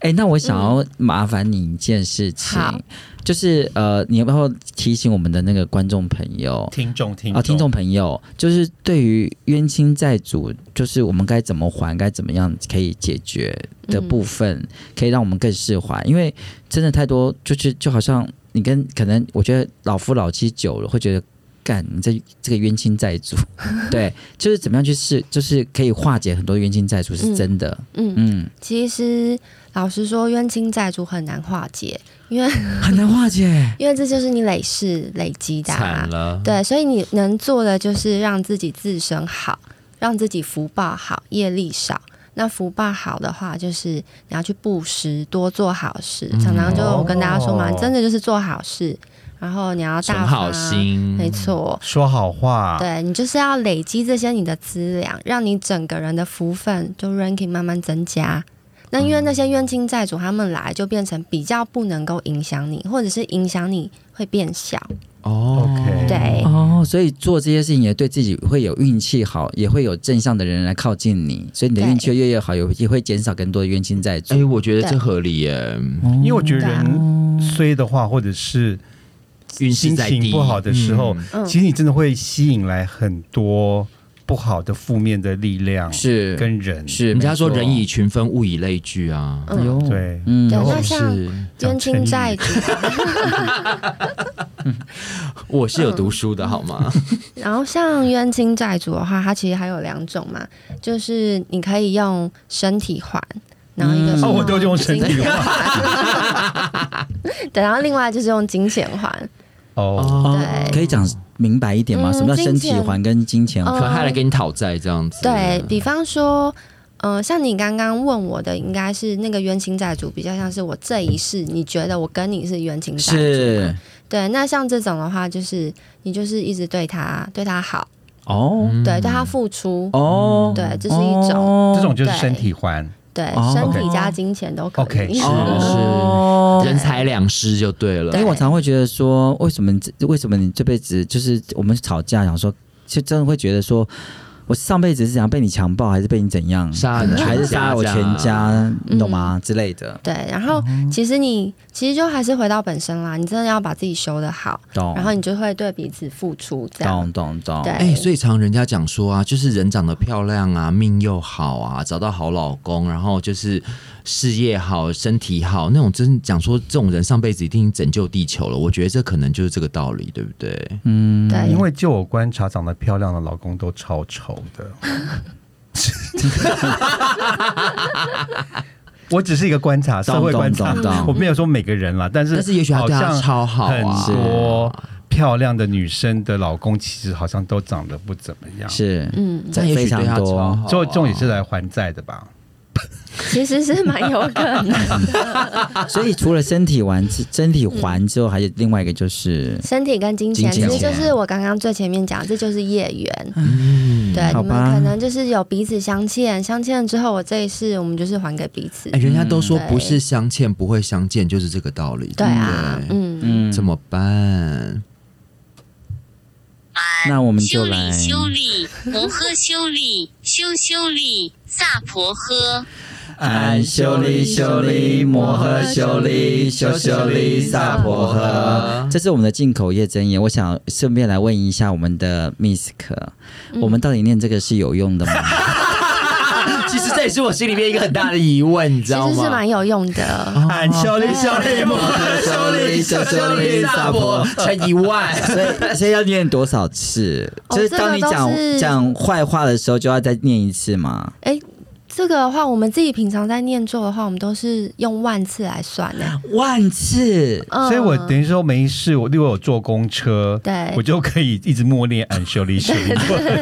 B: 哎、那我想要麻烦你一件事情，
D: 嗯好
B: 就是呃，你要不要提醒我们的那个观众朋友？
A: 听众，听
B: 啊，听众朋友，就是对于冤亲债主，就是我们该怎么还，该怎么样可以解决的部分，可以让我们更释怀。因为真的太多，就是就好像你跟可能，我觉得老夫老妻久了，会觉得干你这这个冤亲债 [laughs] 主，对，就是怎么样去是，就是可以化解很多冤亲债主是真的，
D: 嗯，
B: 嗯，
D: 其实老实说，冤亲债主很难化解，因为。
B: 很难化解
D: 因为这就是你累世累积的、啊
C: 惨，了，
D: 对，所以你能做的就是让自己自身好，让自己福报好，业力少。那福报好的话，就是你要去布施，多做好事。
C: 嗯
D: 常常就我跟大家说嘛，
A: 哦
D: 真的就是做好事，然后你要
C: 存
D: 大
C: 好
D: 发
C: 心，
D: 没错。
A: 说好话，
D: 对你就是要累积这些你的资粮，让你整个人的福分就 ranking 慢慢增加。那因为那些冤亲债主他们来，就变成比较不能够影响你，或者是影响你会变小。
C: 哦
A: OK
D: 对
B: 哦，所以做这些事情也对自己会有运气好，也会有正向的人来靠近你，所以你的
D: 对
B: 运气越越好，也也会减少更多的冤亲债主。
C: 哎、我觉得这合理耶，
A: 因为我觉得人衰的话，或者是
C: 运势
A: 心
C: 在地
A: 情不好的时候，
C: 嗯
D: 嗯
A: 其实你真的会吸引来很多不好的负面的力量
B: 是
A: 跟人。
B: 是，
C: 人家
B: 没错
C: 说人以群分，物以类聚啊。
B: 哎呦，
A: 对
B: 嗯
D: 对，
A: 然后
D: 那像
C: 是，
D: 冤亲
A: [laughs]
D: 债主，
C: 我是有读书的好吗？
D: 然后像冤亲债主的话，它其实还有两种嘛，就是你可以用身体还，然后一个
B: 嗯
D: 是
A: 哦，我都用身体
D: 金
A: 化
D: [laughs] 对，然后另外就是用金钱还。
A: 哦，
D: 对
B: 可以讲明白一点吗？
D: 嗯
B: 什么叫身体
D: 金钱
B: 还跟金钱还？
D: 嗯
C: 可还来跟你讨债这样子。
D: 对比方说，呃，像你刚刚问我的，应该是那个冤亲债主，比较像是我这一世，你觉得我跟你是冤亲债主？
B: 是
D: 对，那像这种的话，就是你就是一直对他对他好，
B: 哦
C: 嗯
D: 对对他付出，
B: 哦，
D: 对，这是一种、
B: 哦
A: 这种就是身体还，
D: 对
B: 哦
D: 身体
B: OK
D: 加金钱都可
A: OK，
D: 以。
A: 是
B: 哦
C: 是人财两失就对了。
B: 因为我常会觉得说，为什么你这为什么你这辈子就是我们吵架，想说，就真的会觉得说，我上辈子是想被你强暴，还是被你怎样，
C: 杀人
B: 还是杀了我全家，
D: 嗯
B: 你懂吗？之类的，
D: 对，然后其实你其实就还是回到本身啦，你真的要把自己修得好，
B: 懂？
D: 嗯然后你就会对彼此付出，这样
B: 懂懂懂，
D: 对。
C: 哎、所以常人家讲说啊，就是人长得漂亮啊，命又好啊，找到好老公，然后就是事业好、身体好，那种真讲说这种人上辈子一定拯救地球了。我觉得这可能就是这个道理，对不对？
B: 嗯，
D: 对，
A: 因为就我观察，长得漂亮的老公都超丑的。 [laughs] 我只是一个观察，社会观察
B: 懂懂懂，
A: 我没有说每个人啦，但是
C: 但是也许他
A: 好
C: 对他
A: 像
C: 超好啊
A: 很多漂亮的女生的老公其实好像都长得不怎么样，
B: 是，
D: 嗯，
C: 但也许对他超好啊、
A: 所以这种也是来还债的吧？
D: 其实是蛮有可能的
B: 所以除了身体完之身体还之后，还有另外一个就是，
D: 身体跟金钱，
B: 金钱
D: 其实就是我刚刚最前面讲，这就是业缘。
C: 嗯
D: 对，
B: 好
D: 你
B: 吧
D: 们可能就是有彼此相欠，相欠之后，我这一世我们就是还给彼此。
C: 哎、人家都说
D: 嗯对
C: 不是相欠不会相见，就是这个道理。
D: 对啊
C: 对，不对
D: 嗯，
B: 嗯，
C: 怎么办？
B: 那我们
F: 修
B: 就来
F: 理修理摩诃修理修修理萨婆诃。
B: 安修利修利摩诃修利修修利萨婆诃。这是我们的进口业真言。我想顺便来问一下我们的 Misk，、我
D: 嗯
B: 们到底念这个是有用的
D: [laughs]
B: 吗？
C: 其实这也是我心里面一个很大的疑问，你知
D: 其
C: 道
D: 实是
C: 吗？
D: 蛮有用的。
A: 俺修理修理摩诃
C: 才一万，
B: 所以所以要念多少次？
D: 哦
B: 就是当你讲、
D: 这个都是
B: 讲坏话的时候，就要再念一次嘛。
D: 哎、这个的话，我们自己平常在念咒的话，我们都是用万次来算的、
B: 万次。
D: 嗯
A: 所以我等于说没事，我例如我坐公车，
D: 对
A: 我就可以一直默念俺修理修理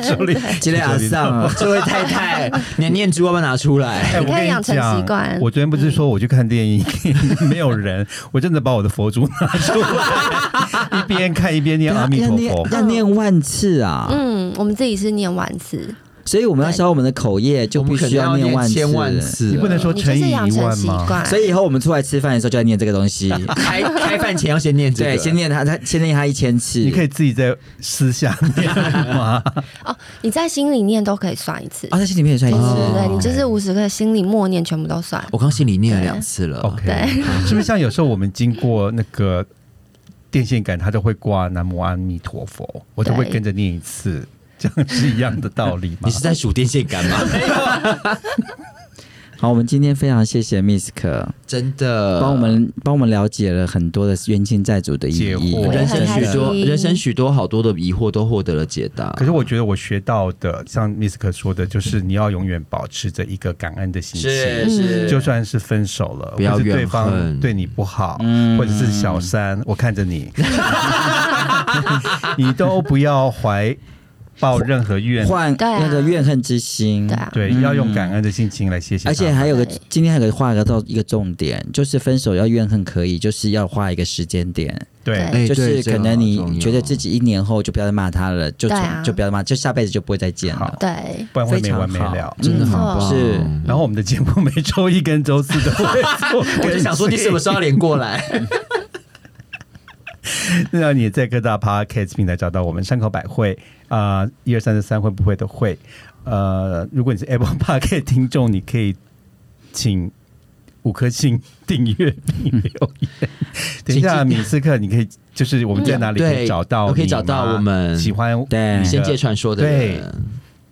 A: 修理。
B: [laughs] 今天晚啊上
C: [laughs] 这位太太，你的念珠要不要拿出来？
A: 哎，我
D: 你可
A: 跟
D: 以养成
A: 讲
D: 习惯
A: 我昨天不是说我去看电影，没有
D: [laughs]
A: 人，我真的把我的佛珠拿出来，一边看一边念阿弥
B: 要
A: 陀
B: 念
A: 佛。
B: 要念万次啊！
D: 嗯，我们自己是念万次，
B: 所以我们要消我们的口业，就
C: 我们
B: 必
C: 可能
B: 须要念
C: 念
B: 万次。
C: 千万次，
A: 你不能说
D: 你就
A: 乘
D: 是
A: 以
D: 养
A: 一
D: 成
A: 万
D: 习
A: 吗？
C: 哎
D: 惯。
B: 所以以后我们出来吃饭的时候就要念这个
C: [laughs]
B: 东西。
C: 开开饭前要先念这个。
B: 对，先念他，他先念他一千次。
A: 你可以自己在私下念吗？
D: 哦，你在心里念都可以算一次。
B: 啊，在心里面也算一
D: 对
B: 次。哦
D: 对对，你就是五十个心里默念全部都算。
C: 我刚心里念了两次了。
A: OK，是 [laughs] 不是像有时候我们经过那个电线杆，它都会挂“南无阿弥陀佛”，我都会
D: 对
A: 跟着念一次，这样是一样的道理吗
C: 你？是在数电线杆吗？
B: 好，我们今天非常谢谢 Misk
C: 真的
B: 帮我们帮我们了解了很多的冤亲债主的意
A: 解
B: 义。
A: 惑
C: 人
D: 很
C: 生
D: 开
C: 许多
D: 心
C: 人生许多好多的疑惑都获得了解答。
A: 可是我觉得我学到的，像 Misk 说的，就是你要永远保持着一个感恩的心情。
C: 是是，
A: 就算是分手了，
C: 不要
A: 或是对
C: 怨
A: 方
C: 恨
A: 对你不好，
B: 嗯
A: 或者是小三，我看着你， [laughs] 你都不要怀抱任何
B: [laughs]
A: 怨，
B: 换
D: 对啊
B: 那个怨恨之心，
D: 对啊
A: 对，
B: 嗯
A: 要用感恩的心情来谢谢他。
B: 而且还有个
D: 对
B: 今天还有个画个到一个重点，就是分手要怨恨可以，就是要画一个时间点，
A: 对
D: 对
C: 哎
B: 就是
C: 对这
B: 可
C: 个
B: 能
C: 好
B: 你
C: 重
B: 觉得
C: 要
B: 自己一年后就不要再骂他了，就
D: 对
B: 从、
D: 啊
B: 就不要再骂，就下辈子就不会再见了
A: 好。
D: 对，嗯
A: 不然会
B: 非
A: 没
B: 常
A: 完没
B: 啊好
A: 了。
C: 真的很棒。
B: 是
A: 然后我们的节目每周一跟周四都会做更新，
C: [laughs] 我就想说你什么时候要啊连过 [laughs] 来？
A: [laughs] 那你在各大 podcast 平台找到我们山口百惠啊，一二三四三会不会的会，呃，如果你是 Apple [laughs] Podcast 听众，你可以请五颗星订阅并留言。等一下，
C: 请记
A: 米斯克，你可以就是我们在哪里
C: 嗯
A: 可以
C: 对
A: 找到你吗？
C: 我可以找到我们
A: 喜欢
B: 对
A: 你的
C: 仙界传说的人，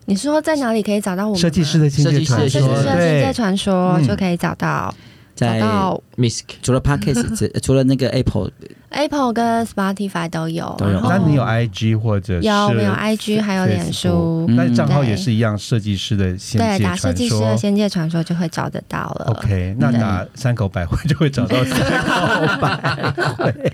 D: 你说在哪里可以找到我们？
A: 设计师的
C: 设计师
A: 传
C: 的
D: 设
A: 说
D: 计师的世界
A: 对。
D: 传说
A: 嗯
D: 就可以找到，找
B: 在
D: 到
C: Misk
B: 除了
D: [laughs]
B: Podcast 之除了那个 Apple
D: Apple 跟 Spotify 都有，
B: 都有
D: 然后
A: 那你有 IG 或者是
D: 有没有 IG 还有脸书
A: Facebook，？但哦
B: 嗯
A: 账号也
D: 对
A: 是一样，设计师的仙
D: 对，
A: 界
D: 打设
A: 传
D: 计师的嗯
A: 说
D: 《仙界传说》就会找得到了。
A: OK，那打山口百惠就会找到
D: [laughs]
A: 山口百惠。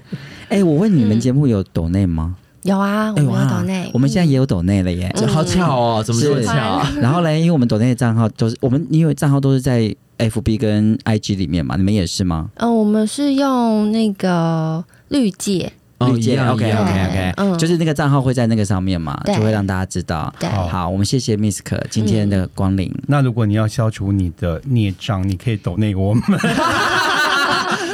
B: 哎、我问你们
D: 嗯
B: 节目有抖内吗？
D: 有啊，我
B: 哎
D: 们
B: 哇
D: 有抖内，
B: 我们现在也有抖内了耶。
C: 这好巧哦，怎么这么
B: 是
C: 巧
D: 嗯
C: 啊？
B: [laughs] 然后嘞，因为我们抖内的账号都是我们，因为账号都是在 FB 跟 IG 里面嘛，你们也是吗？
D: 嗯，我们是用那个绿界，
C: 哦，
B: 绿界
C: 一样
B: OK
C: 一
B: OK
C: 样
B: OK，、
D: 嗯
B: 就是那个账号会在那个上面嘛，
D: 对
B: 就会让大家知道。
D: 对
A: 好
B: 好，我们谢谢 Misk 今天
D: 嗯
B: 的光临。
A: 那如果你要消除你的孽障，你可以抖那个我们，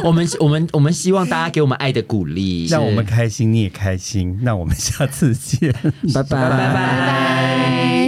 C: 我们 [laughs] 我们我们希望大家给我们爱的鼓励，
A: 让我
C: 嗯
A: 们开心，你也开心。那我们下次见。
B: 拜拜拜拜。
D: 拜拜。